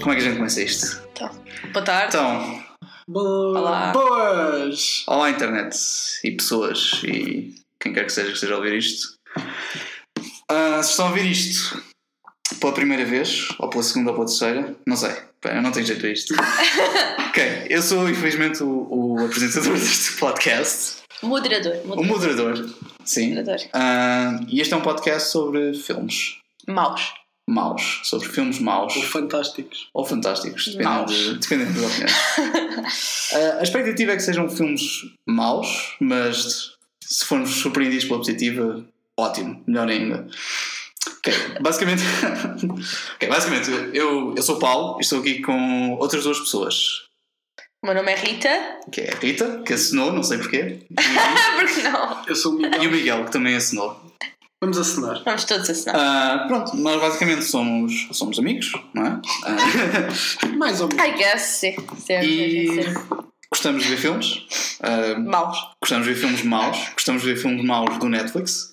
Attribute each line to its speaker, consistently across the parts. Speaker 1: Como é que a gente começa isto?
Speaker 2: Boa tarde.
Speaker 1: Então,
Speaker 2: Olá.
Speaker 3: Boas!
Speaker 1: olá internet e pessoas e quem quer que seja que esteja a ouvir isto. Ah, se estão a ouvir isto pela primeira vez, ou pela segunda ou pela terceira, não sei. Pá, Eu não tenho jeito a isto. ok, eu sou infelizmente o, o apresentador deste podcast,
Speaker 2: Moderador.
Speaker 1: o
Speaker 2: Moderador.
Speaker 1: moderador, sim. Ah, e este é um podcast sobre filmes
Speaker 2: Maus.
Speaker 1: maus, sobre filmes maus.
Speaker 3: Ou fantásticos.
Speaker 1: ou fantásticos, dependendo,
Speaker 2: Maus.
Speaker 1: de, dependendo das opiniões. Ah, a expectativa é que sejam filmes maus, mas se formos surpreendidos pela positiva, ótimo, melhor ainda. Ok, basicamente, Ok, basicamente eu, eu sou o Paulo e estou aqui com outras duas pessoas,
Speaker 2: O meu nome é Rita.
Speaker 1: que é a Rita, que assinou, não sei porquê,
Speaker 2: Ah, porque não?
Speaker 3: Eu sou o
Speaker 1: e o
Speaker 3: Miguel.
Speaker 1: Miguel, que também assinou.
Speaker 3: Vamos acenar.
Speaker 2: Vamos todos assinar.
Speaker 1: Ah, pronto, nós basicamente somos, somos amigos, não é? Ah,
Speaker 3: Mais ou menos.
Speaker 2: I guess, sim. Sim,
Speaker 1: E-
Speaker 2: sim, sim, sim.
Speaker 1: gostamos de ver filmes. ah,
Speaker 2: Maus.
Speaker 1: Gostamos de ver filmes maus, gostamos de ver filmes maus do Netflix,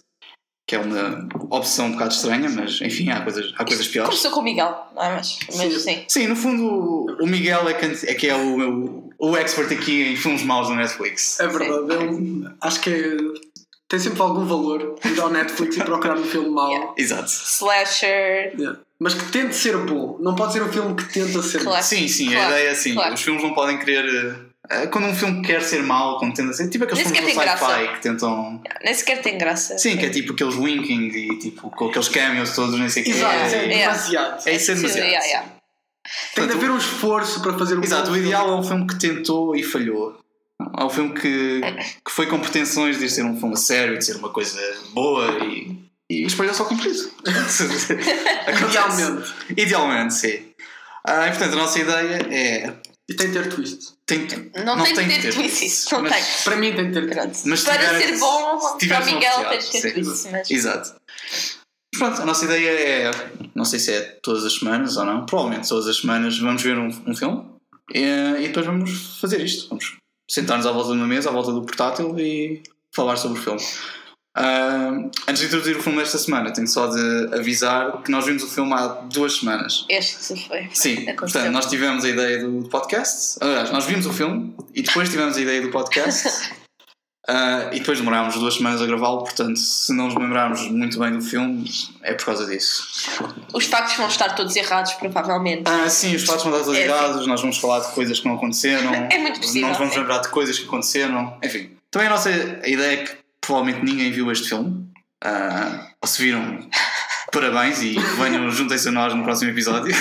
Speaker 1: que é uma opção um bocado estranha, mas enfim, há coisas, há coisas piores.
Speaker 2: Começou com o Miguel, não é? Mas, mas sim.
Speaker 1: Sim, no fundo, o Miguel é que é, que é o, meu- o expert aqui em filmes maus do Netflix.
Speaker 3: É verdade. Eu acho que é- tem sempre algum valor ir ao Netflix e procurar um filme mau.
Speaker 2: Yeah.
Speaker 1: Exato.
Speaker 2: Slasher.
Speaker 3: Yeah. Mas que tente ser bom. Não pode ser um filme que tenta ser bom.
Speaker 2: Claro.
Speaker 1: Sim, sim, a
Speaker 2: Claro,
Speaker 1: ideia é assim:
Speaker 2: claro.
Speaker 1: os filmes não podem querer. eh, Quando um filme quer ser mau, quando tenta ser. Tipo aqueles
Speaker 2: Nem
Speaker 1: filmes do
Speaker 2: sequer tem
Speaker 1: sci-fi
Speaker 2: graça.
Speaker 1: que tentam.
Speaker 2: Nem sequer tem graça.
Speaker 1: Sim, que é tipo aqueles winking e tipo com aqueles cameos todos, nem sei o quê.
Speaker 3: Exato.
Speaker 2: Yeah.
Speaker 3: É
Speaker 2: Yeah.
Speaker 3: demasiado.
Speaker 1: É isso é
Speaker 2: Sim,
Speaker 1: demasiado.
Speaker 2: yeah, yeah.
Speaker 3: Tem de haver um esforço para fazer um
Speaker 1: Exato,
Speaker 3: bom
Speaker 1: o
Speaker 3: filme.
Speaker 1: ideal é um filme que tentou e falhou. Há um filme que, que foi com pretensões de ser um filme a sério, de ser uma coisa boa e, e espalhou-se ao comprido. Acontece.
Speaker 3: Idealmente.
Speaker 1: Idealmente, sim. Ah, e, portanto, a nossa ideia é.
Speaker 3: E tem de ter twist.
Speaker 1: Tem,
Speaker 2: Não, tem de ter
Speaker 1: twists,
Speaker 2: twist isso. Não
Speaker 1: mas-
Speaker 2: tem.
Speaker 3: Para mim tem de ter twist.
Speaker 2: Pronto.
Speaker 1: mas se
Speaker 2: para
Speaker 1: tiver-
Speaker 2: ser bom,
Speaker 1: se
Speaker 2: para
Speaker 1: tiveres
Speaker 2: o
Speaker 1: uma
Speaker 2: Miguel tem
Speaker 1: oportunidade,
Speaker 2: de ter
Speaker 1: sim.
Speaker 2: twist. Mas...
Speaker 1: Exato. Pronto, a nossa ideia é. Não sei se é todas as semanas ou não, provavelmente todas as semanas vamos ver um, um filme e, e depois vamos fazer isto. Vamos sentar-nos à volta de uma mesa, à volta do portátil e falar sobre o filme. Ah, antes de introduzir o filme desta semana, tenho só de avisar que nós vimos o filme há duas semanas.
Speaker 2: Este foi.
Speaker 1: Sim,
Speaker 2: Aconteceu.
Speaker 1: portanto, nós tivemos a ideia do podcast. Aliás, nós vimos o filme e depois tivemos a ideia do podcast. Ah, e depois demorámos duas semanas a gravá-lo, portanto, se não nos lembrarmos muito bem do filme, é por causa disso.
Speaker 2: Os factos vão estar todos errados, provavelmente.
Speaker 1: Ah, sim, os fatos vão estar todos
Speaker 2: É,
Speaker 1: errados, nós vamos falar de coisas que não aconteceram,
Speaker 2: É muito possível,
Speaker 1: não nos vamos
Speaker 2: sim.
Speaker 1: lembrar de coisas que aconteceram, enfim. Também a nossa ideia é que provavelmente ninguém viu este filme, Ah, ou se viram, parabéns e venham, juntem-se a nós no próximo episódio.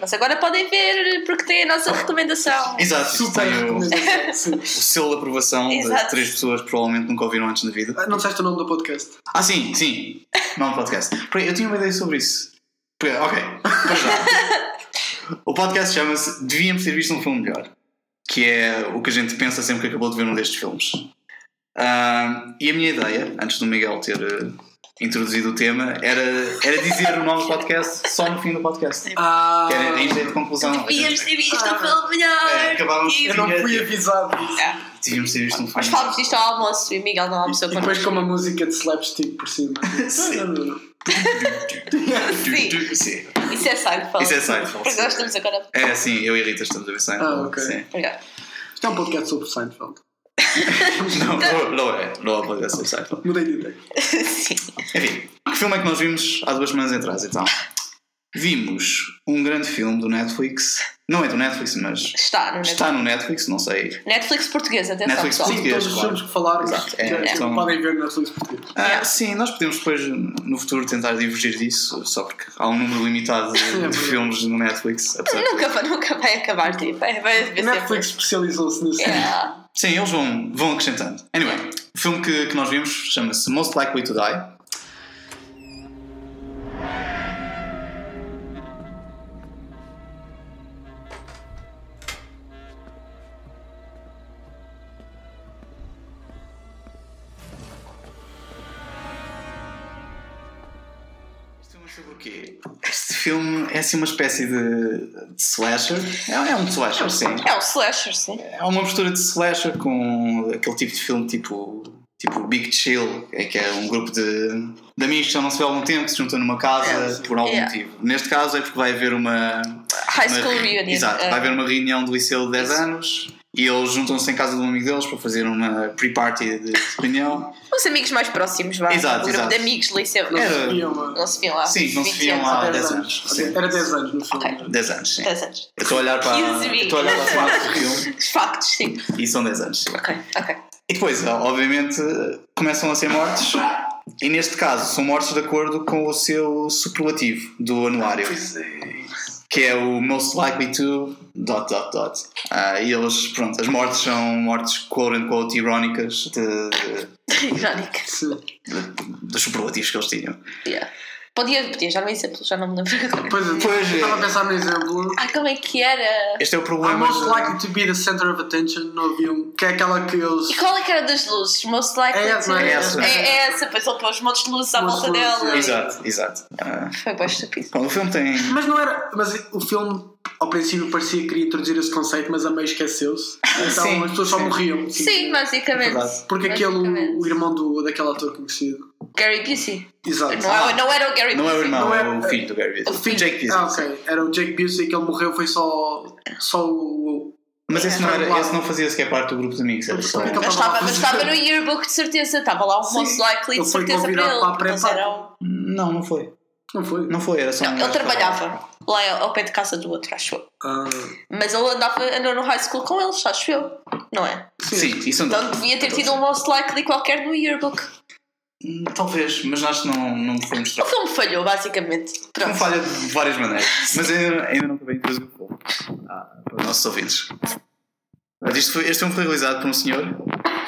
Speaker 2: Mas agora podem ver porque tem a nossa recomendação.
Speaker 1: Exato, isto
Speaker 3: Super
Speaker 1: tem o-
Speaker 3: recomendação. Sim.
Speaker 1: o selo de aprovação de
Speaker 2: Exato.
Speaker 1: três pessoas que provavelmente nunca ouviram antes na vida.
Speaker 3: Ah, Não disseste o nome do podcast.
Speaker 1: Ah, sim, sim. Não podcast. Peraí, eu tinha uma ideia sobre isso. Peraí, ok, para já. O podcast chama-se Devíamos ter visto um filme melhor. Que é o que a gente pensa sempre que acabou de ver um destes filmes. Ah, e a minha ideia, antes do Miguel ter eh, introduzido o tema, era, era dizer o nome do podcast só no fim do podcast.
Speaker 3: Ah,
Speaker 1: Que era em jeito de conclusão.
Speaker 2: Devíamos ter visto um
Speaker 3: Ah.
Speaker 2: filme melhor.
Speaker 1: É, acabávamos de
Speaker 3: eu não fui
Speaker 1: dizer,
Speaker 3: avisado disso.
Speaker 1: Devíamos ter visto um filme
Speaker 2: Nós falámos disto ao almoço e Miguel não almoçou
Speaker 3: E depois com
Speaker 2: É connosco.
Speaker 3: uma música de slapstick por cima.
Speaker 1: Sim.
Speaker 2: Sim.
Speaker 1: Sim.
Speaker 2: Isso é Seinfeld.
Speaker 1: Isso é Seinfeld,
Speaker 2: Porque nós estamos agora.
Speaker 1: É, sim, eu e a Rita estamos a ver Seinfeld.
Speaker 3: Ah, ok.
Speaker 1: sim.
Speaker 2: Obrigada.
Speaker 3: Isto é um podcast sobre Seinfeld.
Speaker 1: Não, não, não é. Não há podcast sobre Seinfeld.
Speaker 3: Mudei de ideia.
Speaker 2: Sim.
Speaker 1: Enfim, que filme é que nós vimos há duas semanas atrás, então? Vimos um grande filme do Netflix. Não é do Netflix, mas
Speaker 2: Está no Netflix.
Speaker 1: está no Netflix, não sei.
Speaker 2: Netflix português, atenção
Speaker 1: Netflix
Speaker 2: pessoal.
Speaker 1: português.
Speaker 3: Sim, todos os
Speaker 1: é claro.
Speaker 3: filmes que falaram
Speaker 1: Exato, é,
Speaker 3: já- já
Speaker 1: são-
Speaker 3: podem ver na Netflix português.
Speaker 1: Ah,
Speaker 2: Yeah.
Speaker 1: Sim, nós podemos depois no futuro tentar divergir disso, só porque há um número limitado
Speaker 3: É
Speaker 1: de, de filmes no Netflix. apesar de-
Speaker 2: Nunca, vai- nunca vai acabar, tipo. É, vai haver sempre. É,
Speaker 3: Netflix especializou-se nisso.
Speaker 1: É.
Speaker 2: Yeah.
Speaker 1: Sim, eles vão, vão acrescentando. Anyway, o filme que, que nós vimos chama-se Most Likely to Die. Este filme é sobre o quê? Este filme é assim uma espécie de, de slasher. É, é um slasher, sim.
Speaker 2: É um slasher, sim.
Speaker 1: É uma mistura de slasher com aquele tipo de filme tipo Tipo, Big Chill, é que é um grupo de, de amigos que já não se vê há algum tempo, se juntam numa
Speaker 3: É,
Speaker 1: casa
Speaker 3: sim.
Speaker 1: por algum
Speaker 2: Yeah.
Speaker 1: motivo. Neste caso é porque vai haver uma.
Speaker 2: High
Speaker 1: uma
Speaker 2: School
Speaker 1: re-
Speaker 2: Reunion.
Speaker 1: Exato,
Speaker 2: Ah,
Speaker 1: vai haver uma reunião do liceu de 10
Speaker 2: Isso.
Speaker 1: anos e eles juntam-se em casa de um amigo deles para fazer uma pre-party de reunião.
Speaker 2: Os amigos mais próximos, vá.
Speaker 1: Exato,
Speaker 2: o grupo
Speaker 1: exato.
Speaker 2: de amigos do liceu. Não,
Speaker 1: É.
Speaker 2: se-
Speaker 1: Era-
Speaker 3: Viam há
Speaker 2: não se viam lá.
Speaker 1: Sim, não se
Speaker 2: 20
Speaker 1: viam
Speaker 2: anos,
Speaker 1: lá
Speaker 2: ou
Speaker 1: há
Speaker 2: 10
Speaker 1: 10
Speaker 2: anos.
Speaker 1: anos. Sim.
Speaker 3: Era 10 anos no filme.
Speaker 1: 10 anos, sim.
Speaker 2: 10 anos.
Speaker 1: Eu estou a olhar para,
Speaker 2: 15
Speaker 1: eu estou a olhar para a foto do filme
Speaker 2: Factos, sim.
Speaker 1: e são 10 anos. sim.
Speaker 2: Ok, ok.
Speaker 1: E depois, obviamente, começam a ser mortos e neste caso são mortos de acordo com o seu superlativo do anuário. que é o most likely to dot dot dot Ah, e eles pronto as mortes são mortes quote unquote irónicas de, de-
Speaker 2: Irónico.
Speaker 3: Sim.
Speaker 1: de- dos superlativos que eles tinham
Speaker 2: Yeah. Podia, podia, já não é exemplo, já não me lembro agora.
Speaker 3: Pois, eu
Speaker 1: Pois é.
Speaker 3: estava a pensar no exemplo.
Speaker 2: Ah, como é que era?
Speaker 1: este é o
Speaker 3: I'm
Speaker 1: problema
Speaker 3: most
Speaker 1: de-
Speaker 3: likely to be the center of attention, não havia um. Que é aquela que eles.
Speaker 2: E qual é que era das luzes? Most likely
Speaker 3: É essa,
Speaker 2: to-
Speaker 1: é
Speaker 2: é
Speaker 1: essa.
Speaker 2: essa. pois ele pôs montes de luzes à
Speaker 3: Montes
Speaker 2: volta
Speaker 3: de luzes,
Speaker 2: dela.
Speaker 3: é.
Speaker 1: exato exato Ah,
Speaker 2: Foi bem estúpido.
Speaker 1: bom, o filme tem
Speaker 3: Mas não era. Mas o filme, ao princípio, parecia que queria introduzir esse conceito, mas a meio esqueceu-se. Então
Speaker 1: Sim,
Speaker 3: as pessoas só
Speaker 1: sim.
Speaker 3: morriam.
Speaker 2: Sim,
Speaker 3: mas.
Speaker 2: basicamente.
Speaker 1: Verdade.
Speaker 3: É Porque aquele,
Speaker 2: Basicamente.
Speaker 3: o irmão do, daquele ator conhecido.
Speaker 2: Gary Busey.
Speaker 3: Exato.
Speaker 2: Não, é- não era o Gary
Speaker 1: não é o
Speaker 2: Busey.
Speaker 1: irmão
Speaker 3: Não é-
Speaker 1: é o filho do Gary
Speaker 2: O
Speaker 1: Busey
Speaker 2: filho.
Speaker 1: Jake Busey
Speaker 3: Ah, ok. Era o Jake Busey que ele morreu, foi só. Só o.
Speaker 1: mas esse não, era,
Speaker 3: Claro.
Speaker 1: esse não fazia sequer parte do grupo de amigos era só-
Speaker 3: É, Porque ele
Speaker 2: Mas estava, mas
Speaker 3: Sim.
Speaker 2: estava no yearbook de certeza, estava lá um
Speaker 3: Sim.
Speaker 2: most likely
Speaker 3: Ele
Speaker 2: de
Speaker 3: foi
Speaker 2: certeza para
Speaker 3: convidado
Speaker 2: ele.
Speaker 3: para a
Speaker 2: porque eles
Speaker 3: pré-party.
Speaker 2: eram-
Speaker 1: não não foi
Speaker 3: Não foi?
Speaker 1: não foi era só um
Speaker 2: Não, ele
Speaker 1: gajo que
Speaker 2: trabalhava lá ao pé de casa do outro, acho eu.
Speaker 3: Ah,
Speaker 2: Mas ele andava, andou no high school com eles, acho eu. Não é?
Speaker 1: sim isso andou
Speaker 2: Então devia ter tido um most likely qualquer no yearbook.
Speaker 1: Hum, talvez mas acho que não não foi um
Speaker 2: O
Speaker 1: mostrado
Speaker 2: filme falhou, basicamente.
Speaker 1: não
Speaker 2: Pronto.
Speaker 1: falha de várias maneiras mas ainda, ainda não acabei de fazer o filme ah, para os nossos ouvintes Mas isto foi- este filme foi realizado por um senhor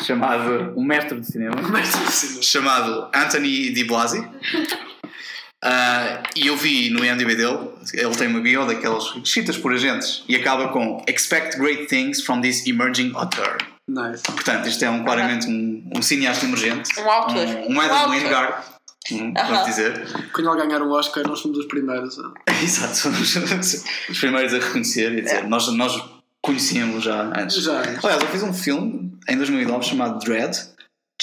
Speaker 1: chamado, um mestre de cinema,
Speaker 3: mas sim.
Speaker 1: chamado Anthony Di Blasi. Ah, e eu vi no IMDb dele, ele tem uma bio daquelas escritas por agentes e acaba com Expect great things from this emerging author.
Speaker 3: Nice.
Speaker 1: Portanto, isto é um, claramente um, um cineasta emergente,
Speaker 2: Um autor.
Speaker 1: um, um Adam
Speaker 2: Um autor.
Speaker 1: Wingard, um, vamos
Speaker 2: Aham.
Speaker 1: dizer.
Speaker 3: Quando ele ganhar o Oscar, nós fomos os primeiros. ah. a-
Speaker 1: Exato, somos os primeiros a reconhecer e
Speaker 2: É.
Speaker 1: dizer, nós, nós conhecíamos já antes.
Speaker 3: Já.
Speaker 1: Aliás, eu fiz um filme em 2009 chamado Dread.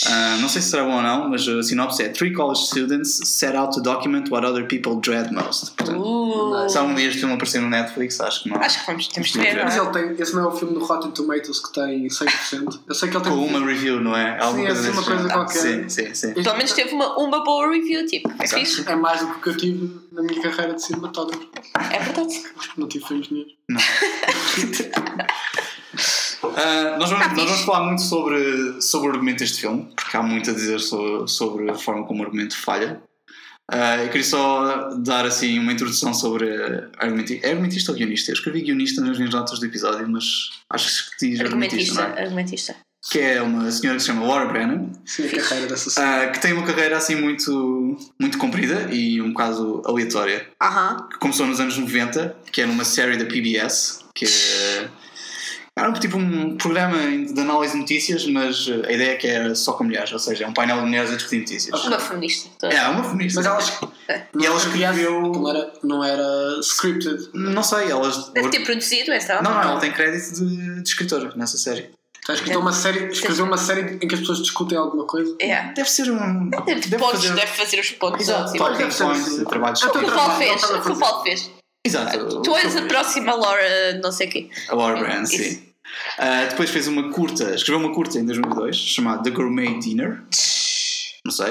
Speaker 1: Ah, não sei se será bom ou não, mas a sinopse é Three college students set out to document what other people dread most. Portanto,
Speaker 2: Uh,
Speaker 1: se algum dia este filme aparecer no Netflix, acho que não.
Speaker 2: acho que vamos, temos de ver, não
Speaker 3: Mas
Speaker 2: é?
Speaker 3: ele tem. Esse não é o filme do Rotten Tomatoes que tem 100%. Eu sei que ele tem. um
Speaker 1: Com uma review, não é? Alguma
Speaker 3: Sim,
Speaker 1: coisa
Speaker 3: assim, uma
Speaker 1: desse
Speaker 3: coisa
Speaker 1: género.
Speaker 3: qualquer.
Speaker 1: Sim, sim, sim.
Speaker 3: Este-
Speaker 2: Pelo menos teve uma, uma boa review, tipo. É
Speaker 1: Exato.
Speaker 2: fixe.
Speaker 3: É mais do que eu tive na minha carreira de cinematógrafo.
Speaker 2: É verdade.
Speaker 3: Não tive filmes nenhum.
Speaker 1: Ah, nós, vamos, nós
Speaker 2: Tá fixe.
Speaker 1: vamos falar muito sobre, sobre o argumento deste filme, porque há muito a dizer sobre, sobre a forma como o argumento falha. Ah, eu queria só dar assim uma introdução sobre ah, argumenti- é argumentista ou guionista? Eu escrevi guionista nas minhas notas do episódio, mas acho que diz argumentista,
Speaker 2: Argumentista.
Speaker 1: não é?
Speaker 2: Argumentista.
Speaker 1: Que é uma senhora que se chama Laura Brennan,
Speaker 3: Sim, a carreira dessa série.
Speaker 1: ah, que tem uma carreira assim muito, muito comprida e um bocado aleatória
Speaker 2: Aham.
Speaker 1: que começou nos anos 90, que era uma série da PBS, que eh, era um- tipo um programa de análise de notícias, mas eh, a ideia é que era só com mulheres, ou seja, é um painel de mulheres a discutir notícias.
Speaker 2: Uma feminista. então. toda.
Speaker 1: É, uma feminista.
Speaker 3: Mas elas.
Speaker 2: É.
Speaker 1: E ela
Speaker 3: Não
Speaker 1: escreveu.
Speaker 3: era, não era scripted.
Speaker 1: Não sei, elas.
Speaker 2: Deve ter é? produzido essa.
Speaker 1: Não, não, ela tem crédito de, de escritora nessa série.
Speaker 3: Está escrito uma série. Escreveu uma série em que as pessoas discutem alguma coisa.
Speaker 2: É.
Speaker 1: Deve ser um.
Speaker 2: Deve,
Speaker 1: Deve
Speaker 2: pontos,
Speaker 1: fazer-
Speaker 2: deve fazer os pontos.
Speaker 1: Exato,
Speaker 2: assim.
Speaker 1: talking
Speaker 3: Deve ser
Speaker 1: points,
Speaker 3: assim.
Speaker 1: trabalhos.
Speaker 3: Eu
Speaker 2: O que
Speaker 3: tô-
Speaker 2: o Paulo
Speaker 3: Trabalho,
Speaker 2: fez?
Speaker 3: não tava
Speaker 2: O que o Paulo fez?
Speaker 1: Exato.
Speaker 2: Ah, Tu és a próxima Laura, não sei quê.
Speaker 1: A Laura Brand,
Speaker 2: Isso.
Speaker 1: sim. Ah, depois fez uma curta, escreveu uma curta em 2002 chamada The Gourmet Dinner. Não sei.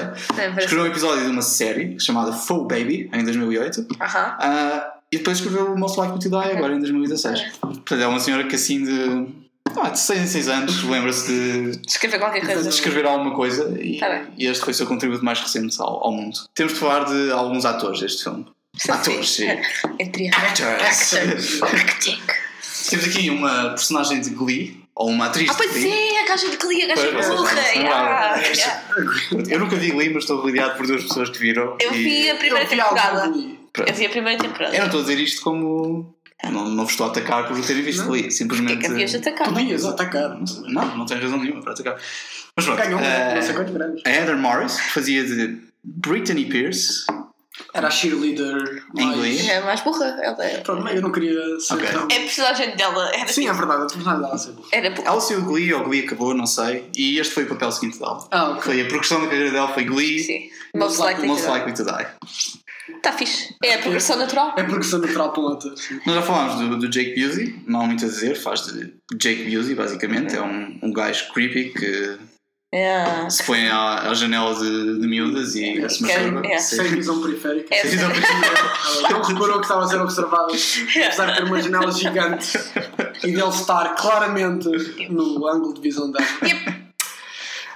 Speaker 1: Escreveu um episódio de uma série chamada Faux Baby em 2008
Speaker 2: Aham.
Speaker 1: ah, e depois escreveu o Most Likely to Die agora em 2016. Portanto, é uma senhora que assim de, ah, de 6 em 6 anos lembra-se de
Speaker 2: Escrever qualquer coisa.
Speaker 1: de escrever alguma coisa e,
Speaker 2: Tá bem.
Speaker 1: e este foi o seu contributo mais recente ao, ao mundo. Temos de falar de alguns atores deste filme.
Speaker 2: Sim,
Speaker 1: Atores,
Speaker 2: sim.
Speaker 1: sim.
Speaker 2: Entre aspas.
Speaker 1: Actors.
Speaker 2: É Acting.
Speaker 1: Temos aqui uma personagem de Glee ou uma atriz
Speaker 2: Ah,
Speaker 1: de
Speaker 2: pois
Speaker 1: Glee.
Speaker 2: é, a gaja de Glee, a gaja
Speaker 1: Pois,
Speaker 2: burra.
Speaker 1: vocês não
Speaker 2: yeah,
Speaker 1: sabem.
Speaker 2: yeah.
Speaker 1: Eu nunca vi Glee, mas estou rodeado por duas pessoas que viram.
Speaker 2: Eu
Speaker 1: e-
Speaker 2: vi a primeira
Speaker 3: Eu vi algo
Speaker 2: temporada.
Speaker 3: ali.
Speaker 1: Pronto.
Speaker 2: Eu vi a primeira
Speaker 1: Eu não
Speaker 2: temporada.
Speaker 1: estou a dizer isto como. Não, não vos estou a atacar por terem visto
Speaker 3: Não.
Speaker 1: Glee.
Speaker 2: Porquê
Speaker 1: Simplesmente. eh,
Speaker 2: que havias de atacar?
Speaker 3: Podias atacar. não sei.
Speaker 1: Não, não tens razão nenhuma para atacar. Mas pronto.
Speaker 2: né?
Speaker 3: Ganhou um,
Speaker 1: eh,
Speaker 3: não sei quantos gramas.
Speaker 1: a Heather Morris, que fazia de Brittany Pierce,
Speaker 3: Era a cheerleader.
Speaker 1: Inglês?
Speaker 3: Mas...
Speaker 2: É mais burra. Ela é...
Speaker 3: Pronto, eu não queria ser
Speaker 1: Ok.
Speaker 3: tão.
Speaker 2: A personagem dela era,
Speaker 3: Sim, é verdade, eu não nada a ser burro.
Speaker 2: era burra.
Speaker 1: Ela saiu de Glee ou Glee acabou, não sei. E este foi o papel seguinte dela.
Speaker 3: Ah, ok.
Speaker 1: Foi a progressão da carreira dela foi Glee,
Speaker 2: Sim. Most likely.
Speaker 1: Most Likely to Die.
Speaker 2: Está fixe. É a progressão natural.
Speaker 3: É porque sou natural para um ator. sim.
Speaker 1: Nós já falámos do, do Jake Busey, não há muito a dizer, faz de Jake Busey basicamente, é um, um gajo creepy que
Speaker 2: Yeah.
Speaker 1: se põe à, à janela de, de miúdas e
Speaker 3: É,
Speaker 1: se masturba.
Speaker 2: é.
Speaker 1: Sim.
Speaker 3: Sem visão periférica.
Speaker 2: É.
Speaker 1: Sim, exatamente.
Speaker 3: Ela Não reparou que estava a ser observada, apesar de ter uma janela gigante e dele estar claramente no ângulo de visão dela.
Speaker 2: E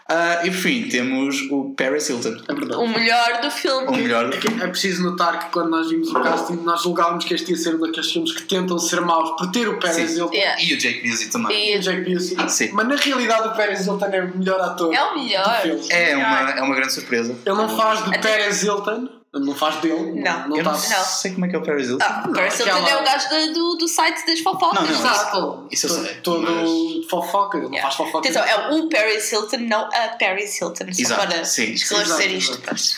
Speaker 1: Ah, e por fim temos o Paris Hilton,
Speaker 3: É verdade.
Speaker 2: o melhor do
Speaker 1: ou
Speaker 2: filme.
Speaker 1: melhor,
Speaker 3: É, que é preciso notar que quando nós vimos o casting, nós julgávamos que este ia ser um daqueles filmes que tentam ser maus por ter o Pérez
Speaker 1: Sim.
Speaker 3: Hilton
Speaker 2: Yeah.
Speaker 1: e o Jake Busey também.
Speaker 3: e
Speaker 2: É. E
Speaker 3: o Jack Busey.
Speaker 1: Sim.
Speaker 3: assim. Mas na realidade o Pérez Hilton é o melhor ator.
Speaker 2: é o melhor.
Speaker 3: do filme.
Speaker 1: É uma, é uma grande surpresa.
Speaker 3: Ele não faz do Pérez Hilton, não tá faz dele,
Speaker 2: Não.
Speaker 1: Eu não
Speaker 3: está
Speaker 2: Não.
Speaker 1: sei como é que é o Paris Hilton.
Speaker 2: Ah, parece que
Speaker 3: aquela-
Speaker 2: ele é o gajo do, do, do site das fofocas.
Speaker 1: Não, não,
Speaker 2: Exato.
Speaker 1: Isso eu sei.
Speaker 3: todo
Speaker 1: mas-
Speaker 3: fofoca, ele não
Speaker 2: Yeah.
Speaker 3: faz fofoca.
Speaker 2: Atenção, é o Paris Hilton, não a Paris Hilton. Só
Speaker 1: Exato,
Speaker 2: para
Speaker 1: sim, sim.
Speaker 2: esclarecer
Speaker 3: Exato,
Speaker 2: isto.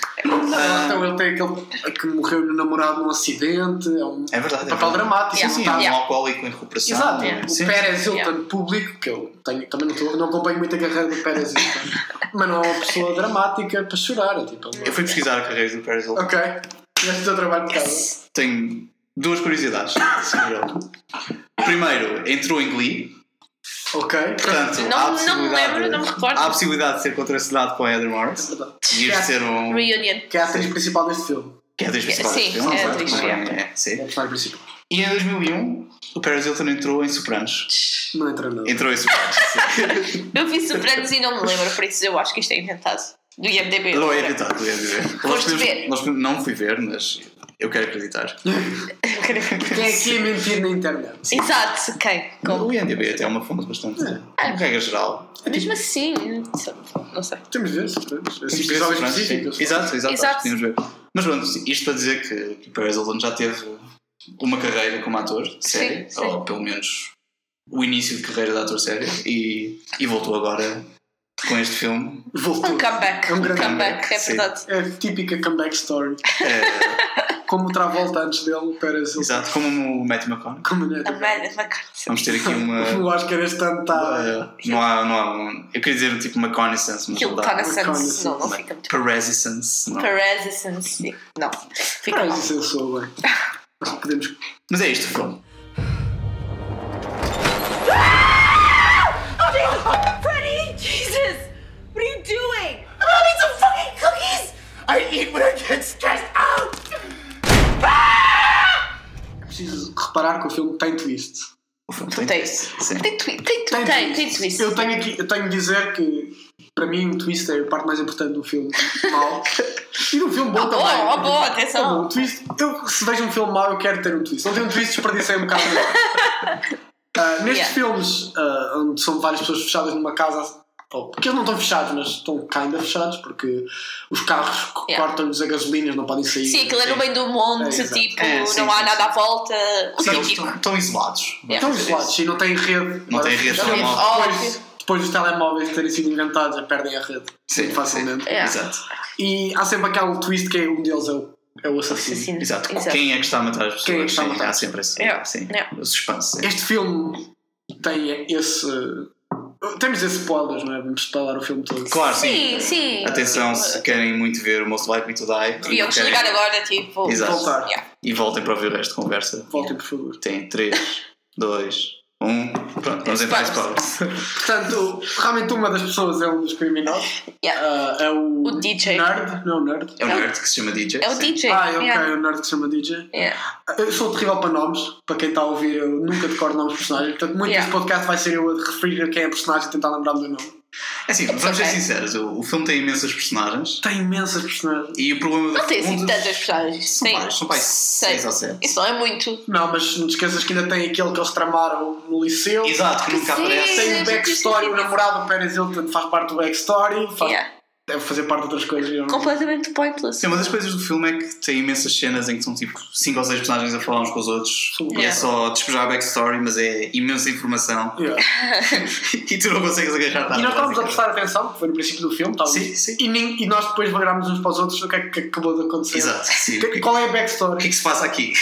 Speaker 3: Ah, então ele tem aquele que morreu no namorado num acidente. É um
Speaker 1: É verdade. é
Speaker 3: papel
Speaker 1: verdade.
Speaker 3: dramático. tá.
Speaker 1: Sim,
Speaker 2: Yeah.
Speaker 1: sim, é um
Speaker 2: Yeah.
Speaker 1: alcoólico em recuperação.
Speaker 3: Exato.
Speaker 1: é.
Speaker 3: O
Speaker 1: Sim.
Speaker 3: Pérez Hilton
Speaker 2: Yeah.
Speaker 3: público, que eu tenho- também não, tô- não acompanho muito a carreira do Pérez Hilton, mas não é uma pessoa dramática para chorar. É tipo,
Speaker 1: Eu fui pesquisar a carreira do Paris Hilton.
Speaker 3: ok, fizeste o teu trabalho de casa.
Speaker 2: Yes.
Speaker 1: tenho duas curiosidades sobre ele. Primeiro, entrou em Glee,
Speaker 3: Ok.
Speaker 1: portanto,
Speaker 2: Não-
Speaker 1: há a
Speaker 2: não me
Speaker 1: possibilidade-
Speaker 2: lembro, não me recordo.
Speaker 1: Há a possibilidade de ser contracenado com a Heather Morris e isto ser um.
Speaker 2: Reunion.
Speaker 3: Que é a atriz principal deste filme.
Speaker 1: que é a atriz principal.
Speaker 2: Sim,
Speaker 1: Eu não
Speaker 2: é a
Speaker 1: sei
Speaker 2: atriz,
Speaker 1: como
Speaker 2: é.
Speaker 1: é, sim.
Speaker 3: É a personagem principal.
Speaker 1: E em 2001, o Paris Hilton entrou em Sopranos.
Speaker 3: Não entra nada.
Speaker 1: Entrou em Sopranos. sim.
Speaker 2: Eu vi Sopranos e não me lembro, por isso eu acho que isto é inventado. Do IMDB.
Speaker 1: Não é evitar, não é evitar. Nós
Speaker 2: Foste
Speaker 1: podemos-
Speaker 2: ver.
Speaker 1: nós podemos- não fui ver, mas eu quero acreditar.
Speaker 3: Quem é que ia mentir na internet?
Speaker 2: Exato, quem? Como?
Speaker 1: O IMDB até é uma fonte bastante. Como regra geral.
Speaker 2: Mesmo assim, não sei.
Speaker 3: Temos de ver, Sopranos.
Speaker 1: Temos que
Speaker 3: Esses
Speaker 1: ver
Speaker 3: episódios
Speaker 1: Sopranos, sim.
Speaker 3: específicos.
Speaker 1: Exato, exato.
Speaker 2: Exato.
Speaker 1: acho que tínhamos de ver. Mas pronto, isto para dizer que, que Paris Hilton já teve uma carreira como ator séria,
Speaker 2: sim.
Speaker 1: ou pelo menos o início de carreira de ator sério, e, e voltou agora com este filme.
Speaker 3: Voltou.
Speaker 2: Um comeback.
Speaker 3: É um
Speaker 2: Um
Speaker 3: grande
Speaker 2: comeback, é
Speaker 1: Sim.
Speaker 2: verdade.
Speaker 3: É a típica comeback story.
Speaker 1: É,
Speaker 3: Como o Travolta antes dele, o Pérez Hilton.
Speaker 1: exato, como o Matthew McConaughey.
Speaker 3: Como não é?
Speaker 2: A Amanda McCarthy.
Speaker 1: Vamos ter aqui uma.
Speaker 3: O Oscar este ano tá-
Speaker 1: uma-
Speaker 3: está.
Speaker 1: não há, não há um- eu queria dizer um tipo uma connaissance, mas
Speaker 2: Aquilo tá
Speaker 1: não dá.
Speaker 2: está na Santos.
Speaker 3: Reconnaissance.
Speaker 2: Não, não fica muito.
Speaker 1: Parescence, não.
Speaker 2: Parescence. sim. Não. Fica
Speaker 3: Pérez
Speaker 2: mal.
Speaker 3: sensou bem. Nós podemos
Speaker 1: Mas é isto, pronto.
Speaker 4: Freddy! Jesus! What are you doing? I'm having some fucking cookies! I eat when I get stressed out!
Speaker 3: preciso reparar que o filme tem twist.
Speaker 1: O filme tem.
Speaker 2: Tem.
Speaker 1: Sim.
Speaker 2: Então é Tem tweet, tem tweet, tem, tem twist.
Speaker 3: Eu tenho, aqui, eu tenho de dizer que, para mim, o twist é a parte mais importante do filme mau. E do filme bom
Speaker 2: Ah, bom,
Speaker 3: também.
Speaker 2: ah, bom,
Speaker 3: É bom,
Speaker 2: atenção.
Speaker 3: o twist, eu, se vejo um filme mau, eu quero ter um twist. Se não tem um twist, desperdicei um bocado. Ah, nestes
Speaker 2: Yeah.
Speaker 3: filmes, ah, onde são várias pessoas fechadas numa casa, ou- porque eles não estão fechados, mas estão ainda fechados, porque os carros que
Speaker 2: Yeah.
Speaker 3: cortam-lhes a gasolina, não podem sair.
Speaker 2: Sim, aquilo é no meio do monte,
Speaker 3: É, exato.
Speaker 2: tipo,
Speaker 1: É, sim,
Speaker 2: não há
Speaker 1: sim,
Speaker 2: nada
Speaker 1: sim.
Speaker 2: à volta. tipo, O
Speaker 1: Sim,
Speaker 2: típico.
Speaker 1: estão, estão isolados.
Speaker 2: Yeah.
Speaker 3: Estão
Speaker 1: Vamos dizer
Speaker 3: isolados e não têm rede.
Speaker 1: Não têm rede
Speaker 3: Já-
Speaker 1: telemóvel.
Speaker 3: Depois, depois dos telemóveis terem sido inventados, já perdem a rede
Speaker 1: Sim,
Speaker 3: muito facilmente.
Speaker 1: sim.
Speaker 2: É.
Speaker 1: Exato.
Speaker 3: E há sempre aquele twist que é um deles é o, é o assassino.
Speaker 2: Assassino.
Speaker 1: Exato. Quem é que está a matar as pessoas?
Speaker 3: Quem é que está a
Speaker 1: Sim,
Speaker 3: matar?
Speaker 1: Há sempre esse,
Speaker 2: Yeah.
Speaker 1: sim,
Speaker 2: Yeah.
Speaker 1: o suspense. sim.
Speaker 3: Este filme tem esse. Temos esse spoilers, não é? Vamos spoiler o filme todo.
Speaker 1: Claro, sim.
Speaker 2: Sim, sim.
Speaker 1: Atenção, se querem muito ver o Most Likely to Die e
Speaker 2: Deviam
Speaker 1: não querem-
Speaker 2: desligar agora, tipo.
Speaker 1: Exato.
Speaker 3: Voltar.
Speaker 2: Yeah.
Speaker 1: e voltem para ouvir o resto de conversa.
Speaker 3: Voltem, por favor.
Speaker 1: Tem 3, 2, 1. Pronto, vamos entrar em spoilers.
Speaker 3: Portanto, realmente uma das pessoas é um dos criminosos.
Speaker 2: Yeah.
Speaker 3: Ah, é o.
Speaker 2: O DJ.
Speaker 3: Nerd? Não, nerd.
Speaker 1: É o nerd que se chama DJ.
Speaker 2: um É o
Speaker 1: sim.
Speaker 2: DJ.
Speaker 3: Ah, é ok,
Speaker 2: yeah.
Speaker 3: é o nerd que se chama DJ.
Speaker 2: Yeah.
Speaker 3: Eu sou terrível para nomes, para quem está a ouvir, eu nunca decoro nomes de personagens, portanto, muito
Speaker 2: Yeah.
Speaker 3: deste podcast vai ser eu a referir a quem é a personagem e tentar lembrar-me do nome.
Speaker 1: É assim,
Speaker 2: It's
Speaker 1: vamos ser
Speaker 2: okay.
Speaker 1: sinceros, o, o filme tem imensas personagens
Speaker 3: Tem imensas personagens.
Speaker 1: e o problema
Speaker 2: Não tem assim
Speaker 1: um dos-
Speaker 2: tantas personagens.
Speaker 1: São
Speaker 2: Tem
Speaker 1: vários, são pais
Speaker 2: seis.
Speaker 1: seis ou sete.
Speaker 2: Isso não é muito.
Speaker 3: Não, mas não te esqueças que ainda tem aquele que eles tramaram no liceu.
Speaker 1: Exato, que nunca
Speaker 2: Sim.
Speaker 1: aparece.
Speaker 3: Tem
Speaker 2: Sim,
Speaker 3: o backstory,
Speaker 2: sim,
Speaker 3: o
Speaker 2: sim.
Speaker 3: namorado do Pérez Hilton faz parte do backstory. Faz...
Speaker 2: Yeah.
Speaker 3: deve fazer parte de outras coisas. e eu não-
Speaker 2: Completamente pointless.
Speaker 1: Sim, uma das coisas do filme é que tem imensas cenas em que são tipo 5 ou 6 personagens a falar uns com os outros
Speaker 3: Sim.
Speaker 1: e é
Speaker 2: Yeah.
Speaker 1: só despejar a backstory, mas é imensa informação
Speaker 3: Yeah.
Speaker 1: e tu não consegues agarrar nada.
Speaker 3: E nós estávamos a
Speaker 1: basicamente.
Speaker 3: prestar atenção, que foi no princípio do filme, talvez.
Speaker 1: Sim, sim.
Speaker 3: E, nem- e nós depois vagarámos uns para os outros o que é que acabou de acontecer.
Speaker 1: Exato, sim.
Speaker 3: Que- qual é a backstory?
Speaker 1: o que é que se passa aqui?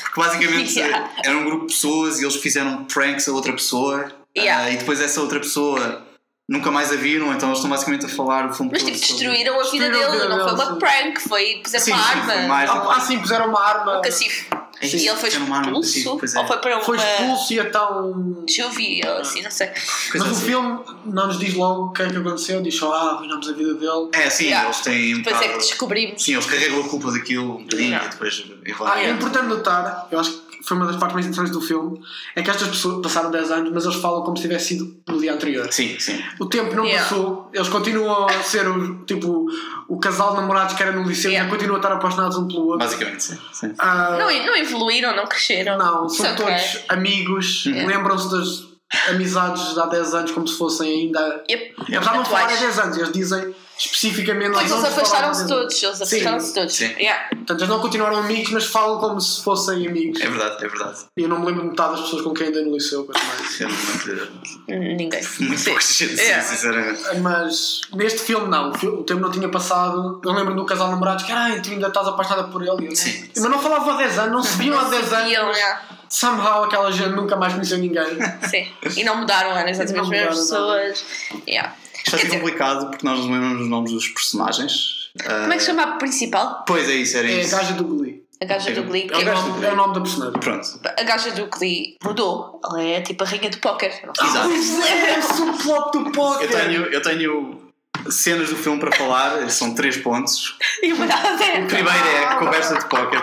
Speaker 1: Porque basicamente
Speaker 2: Yeah.
Speaker 1: era um grupo de pessoas e eles fizeram pranks a outra pessoa
Speaker 2: Yeah.
Speaker 1: ah, e depois essa outra pessoa nunca mais a viram, então eles estão basicamente a falar o filme
Speaker 2: Mas
Speaker 1: todo
Speaker 2: tipo,
Speaker 1: sobre-
Speaker 2: destruíram a vida
Speaker 3: Destruíram a
Speaker 2: dele,
Speaker 3: vida
Speaker 2: não foi
Speaker 3: dele,
Speaker 2: uma
Speaker 3: sim.
Speaker 2: prank, foi puseram
Speaker 1: Sim,
Speaker 2: uma
Speaker 1: sim,
Speaker 2: arma.
Speaker 1: foi mais um-
Speaker 3: Ah, ah, sim, puseram uma arma.
Speaker 2: um cacifo.
Speaker 1: É isso,
Speaker 2: E ele foi
Speaker 1: era uma arma,
Speaker 2: expulso,
Speaker 1: sim, pois é. Ah.
Speaker 2: ou foi para uma
Speaker 3: Foi expulso e então.
Speaker 2: chuve, ou assim, não sei.
Speaker 1: Coisa
Speaker 3: Mas o
Speaker 1: assim.
Speaker 3: filme não nos diz logo o que é que aconteceu, diz só, ah, arruinámos a vida dele.
Speaker 1: É, sim,
Speaker 2: Yeah.
Speaker 1: eles têm um
Speaker 2: Depois é que
Speaker 1: bocado-
Speaker 2: descobrimos.
Speaker 1: Sim, eles carregam a culpa daquilo um bocadinho
Speaker 2: Yeah.
Speaker 1: e depois
Speaker 3: Ah, é
Speaker 1: envolvem.
Speaker 3: importante notar, eu acho que foi uma das partes mais interessantes do filme, é que estas pessoas passaram 10 anos, mas eles falam como se tivesse sido no dia anterior.
Speaker 1: Sim, sim.
Speaker 3: O tempo não
Speaker 2: Yeah.
Speaker 3: passou, eles continuam a ser o, tipo, o casal de namorados que era no liceu
Speaker 2: Yeah.
Speaker 3: ainda continuam a estar apaixonados um pelo outro.
Speaker 1: Basicamente, sim. sim.
Speaker 3: Ah,
Speaker 2: Não, não evoluíram, não cresceram.
Speaker 3: não, são
Speaker 2: It's okay.
Speaker 3: todos amigos,
Speaker 1: Yeah.
Speaker 3: lembram-se das amizades de há 10 anos como se fossem ainda.
Speaker 2: Yep.
Speaker 3: Eles já não
Speaker 2: Atuais.
Speaker 3: falaram há 10 anos, eles dizem especificamente.
Speaker 2: Pois
Speaker 3: "Nós
Speaker 2: eles
Speaker 3: não nos falávamos
Speaker 2: afastaram-se
Speaker 3: ainda."
Speaker 2: todos, eles afastaram-se todos.
Speaker 1: Sim.
Speaker 2: Yeah.
Speaker 3: Portanto, eles não continuaram amigos, mas falam como se fossem amigos.
Speaker 1: É verdade, é verdade.
Speaker 3: E eu não me lembro metade das pessoas com quem andei no liceu, mas, mais.
Speaker 1: É muito,
Speaker 2: Ninguém.
Speaker 1: muito pouca gente, sim,
Speaker 2: Yeah.
Speaker 1: sinceramente.
Speaker 3: Mas neste filme não, o fi- o tempo não tinha passado. Eu lembro de um casal de namorados que, ai, tu ainda estás apaixonada por ele. E eu, não-
Speaker 1: Sim.
Speaker 3: Mas não falavam há 10 anos, não se viam há 10 anos.
Speaker 2: Iam, yeah.
Speaker 3: Somehow aquela gente nunca mais conheceu ninguém.
Speaker 2: Sim. E não mudaram, eram exatamente as
Speaker 3: não
Speaker 2: mesmas
Speaker 3: mudaram nada.
Speaker 2: pessoas. Yeah.
Speaker 1: Isto vai ser complicado porque nós não lembramos os nomes dos personagens. Ah,
Speaker 2: Como é que se chama a principal?
Speaker 1: Pois é isso, era
Speaker 3: É a
Speaker 1: isso.
Speaker 3: gaja do Glee.
Speaker 2: A gaja do Glee.
Speaker 3: É o,
Speaker 2: que-
Speaker 1: um gajo-
Speaker 3: nome, é o nome da personagem.
Speaker 1: Pronto.
Speaker 2: A gaja do Glee mudou. Ela é tipo a rainha do póquer. Não sei.
Speaker 1: Exato.
Speaker 3: É o subplot do
Speaker 1: Eu
Speaker 3: póquer.
Speaker 1: tenho, eu tenho cenas do filme para falar, são três pontos.
Speaker 2: E mudava
Speaker 1: O
Speaker 2: até.
Speaker 1: primeiro é a conversa de póquer.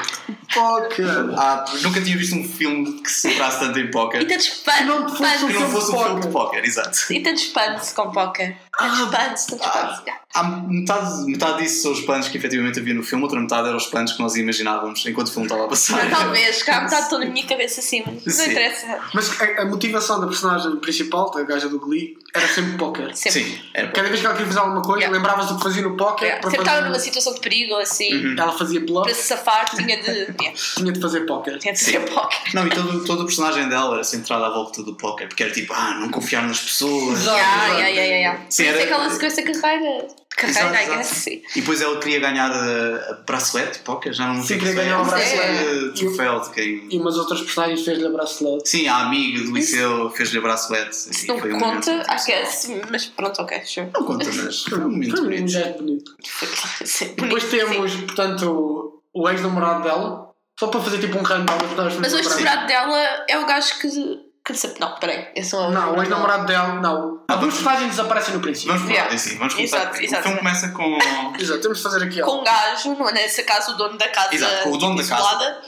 Speaker 3: Póquer.
Speaker 1: Ah, nunca tinha visto um filme que se traça tanto em
Speaker 2: E
Speaker 1: póquer
Speaker 2: tantos
Speaker 3: Não
Speaker 2: fãs.
Speaker 3: fosse
Speaker 1: que
Speaker 2: fãs-
Speaker 1: não fosse um filme de póquer, exato.
Speaker 2: E tantos fãs com póquer.
Speaker 1: Ah.
Speaker 2: Tantos fãs, tantos fãs. Yeah.
Speaker 1: Há metade, metade disso são os planos que efetivamente havia no filme, outra metade eram os planos que nós imaginávamos enquanto o filme estava a
Speaker 2: Ah,
Speaker 1: passar.
Speaker 2: Talvez, cá metade estou na minha cabeça assim, mas não
Speaker 1: Sim.
Speaker 2: interessa.
Speaker 3: Mas a, a motivação da personagem principal, da gaja do Glee, era sempre póquer.
Speaker 2: Sempre.
Speaker 1: Sim, É, era
Speaker 3: Cada vez que ela queria fazer alguma coisa,
Speaker 2: Yeah.
Speaker 3: lembravas do que fazia no póquer.
Speaker 2: Yeah.
Speaker 3: para
Speaker 2: Sempre estava
Speaker 3: fazer-
Speaker 2: numa situação de perigo, assim,
Speaker 1: Uhum.
Speaker 3: Ela fazia
Speaker 2: para
Speaker 3: blog,
Speaker 2: se safar, tinha de. Yeah.
Speaker 3: tinha de fazer póquer.
Speaker 2: Tinha de ser póquer.
Speaker 1: Não, e todo, todo o personagem dela era centrado à volta do póquer, porque era tipo, ah, não confiar nas pessoas.
Speaker 3: Exato.
Speaker 2: Yeah, yeah, yeah, yeah, yeah.
Speaker 1: Sim,
Speaker 2: Por isso
Speaker 1: era-
Speaker 2: é que ela seguiu essa carreira. Carreira,
Speaker 1: Exato,
Speaker 2: I guess,
Speaker 1: exato.
Speaker 2: sim.
Speaker 1: E depois ela queria ganhar a, a bracelete, póquer, já não
Speaker 3: Sim,
Speaker 1: sei
Speaker 3: queria
Speaker 1: se é.
Speaker 3: ganhar uma
Speaker 1: Bracelete,
Speaker 3: bracelete.
Speaker 1: Troféu de quem.
Speaker 3: E umas outras personagens fez-lhe a bracelete.
Speaker 1: Sim, a amiga do liceu fez-lhe a bracelete.
Speaker 2: Se
Speaker 1: e
Speaker 2: não
Speaker 1: foi um
Speaker 2: conta, é
Speaker 1: momento-
Speaker 2: I guess, mas pronto, ok, sure.
Speaker 1: Não conta, mas foi um momento
Speaker 3: Foi um
Speaker 1: bonito.
Speaker 3: gesto bonito.
Speaker 2: Sim.
Speaker 3: Depois temos, portanto, o ex-namorado dela. Só para fazer tipo um random. das personagens
Speaker 2: Mas o
Speaker 3: do Glee.
Speaker 2: ex-namorado dela é o gajo que. que disse- não, peraí, esse é o.
Speaker 3: Não, o ex-namorado dela, não. Alguns
Speaker 1: vamos-
Speaker 3: personagens desaparecem no princípio.
Speaker 1: Vamos falar,
Speaker 2: Yeah.
Speaker 1: é assim, vamos começar.
Speaker 2: Exato,
Speaker 1: por aí.
Speaker 2: exato.
Speaker 1: O filme começa com.
Speaker 3: Exato, temos de fazer aqui
Speaker 2: Com um gajo, não é nesse caso o dono da casa.
Speaker 1: Exato, com o dono da casa.
Speaker 2: isolada.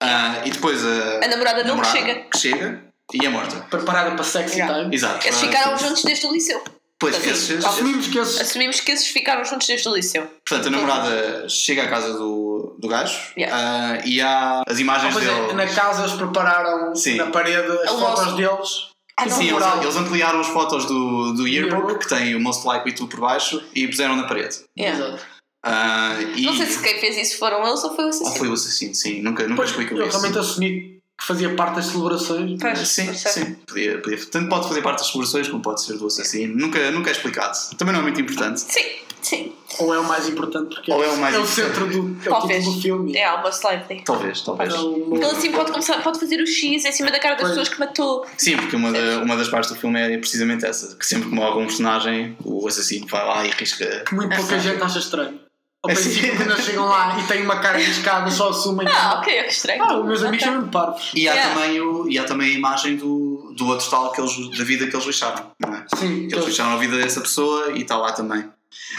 Speaker 1: ah, e depois a.
Speaker 2: A namorada nunca
Speaker 1: namorada
Speaker 2: chega.
Speaker 1: Que chega e é morta.
Speaker 3: preparada para sexy
Speaker 2: Yeah.
Speaker 3: time.
Speaker 1: Exato.
Speaker 2: Eles
Speaker 1: Ah,
Speaker 2: ficaram juntos desde o liceu.
Speaker 1: Pois,
Speaker 2: Assim,
Speaker 1: esses-
Speaker 3: Assumimos que esses.
Speaker 2: Assumimos que esses ficaram juntos desde o liceu.
Speaker 1: Portanto, a namorada chega à casa do, do gajo ah, e há as
Speaker 3: Ah,
Speaker 1: imagens
Speaker 3: pois é,
Speaker 1: dele.
Speaker 3: na casa eles prepararam
Speaker 1: Sim.
Speaker 3: na parede as
Speaker 2: É o
Speaker 3: fotos
Speaker 2: nosso.
Speaker 3: deles.
Speaker 2: Ah,
Speaker 1: Sim, eles,
Speaker 3: moral.
Speaker 1: eles ampliaram as fotos do, do yearbook,
Speaker 3: Yearbook.
Speaker 1: que tem o Most Likely To por baixo, e puseram na parede.
Speaker 2: Yeah.
Speaker 3: Exato.
Speaker 1: Ah, e,
Speaker 2: É. Não sei se quem fez isso foram eles ou foi o
Speaker 1: Ou
Speaker 2: assassino.
Speaker 1: foi o assassino, sim, nunca, nunca
Speaker 3: Pois,
Speaker 1: explicam
Speaker 3: eu
Speaker 1: isso.
Speaker 3: realmente assumi que fazia parte das celebrações.
Speaker 2: Pois, é.
Speaker 1: Sim,
Speaker 2: não sei.
Speaker 1: sim. Podia, podia- Tanto pode fazer parte das celebrações como pode ser do assassino. Nunca, nunca é explicado. Também não é muito importante.
Speaker 2: Sim, sim.
Speaker 3: Ou é o mais importante, porque
Speaker 1: Ou é o mais
Speaker 3: o
Speaker 1: importante.
Speaker 3: centro do, é o
Speaker 2: Talvez.
Speaker 3: título do filme.
Speaker 2: É, almost likely.
Speaker 1: Talvez, talvez.
Speaker 3: É o-
Speaker 2: Ele assim pode, começar, pode fazer o X em cima da cara das
Speaker 3: Pois.
Speaker 2: pessoas que matou.
Speaker 1: Sim, porque uma, da- uma das partes do filme é precisamente essa: que sempre que morre um personagem, o assassino vai lá e risca.
Speaker 3: que muito pouca gente acha estranho. Ao
Speaker 1: É
Speaker 3: princípio,
Speaker 1: sim.
Speaker 3: quando eles chegam lá e têm uma cara riscada, só assumem que.
Speaker 2: Ah, ok, que estranho.
Speaker 3: Ah, os meus amigos
Speaker 2: Ok.
Speaker 3: chamam-me parvos.
Speaker 1: E há,
Speaker 2: Yeah.
Speaker 1: também o, e há também a imagem do, do outro tal que eles, da vida que eles lixaram, não é?
Speaker 3: Sim,
Speaker 2: Então-
Speaker 1: Eles fecharam a vida dessa pessoa e está lá também.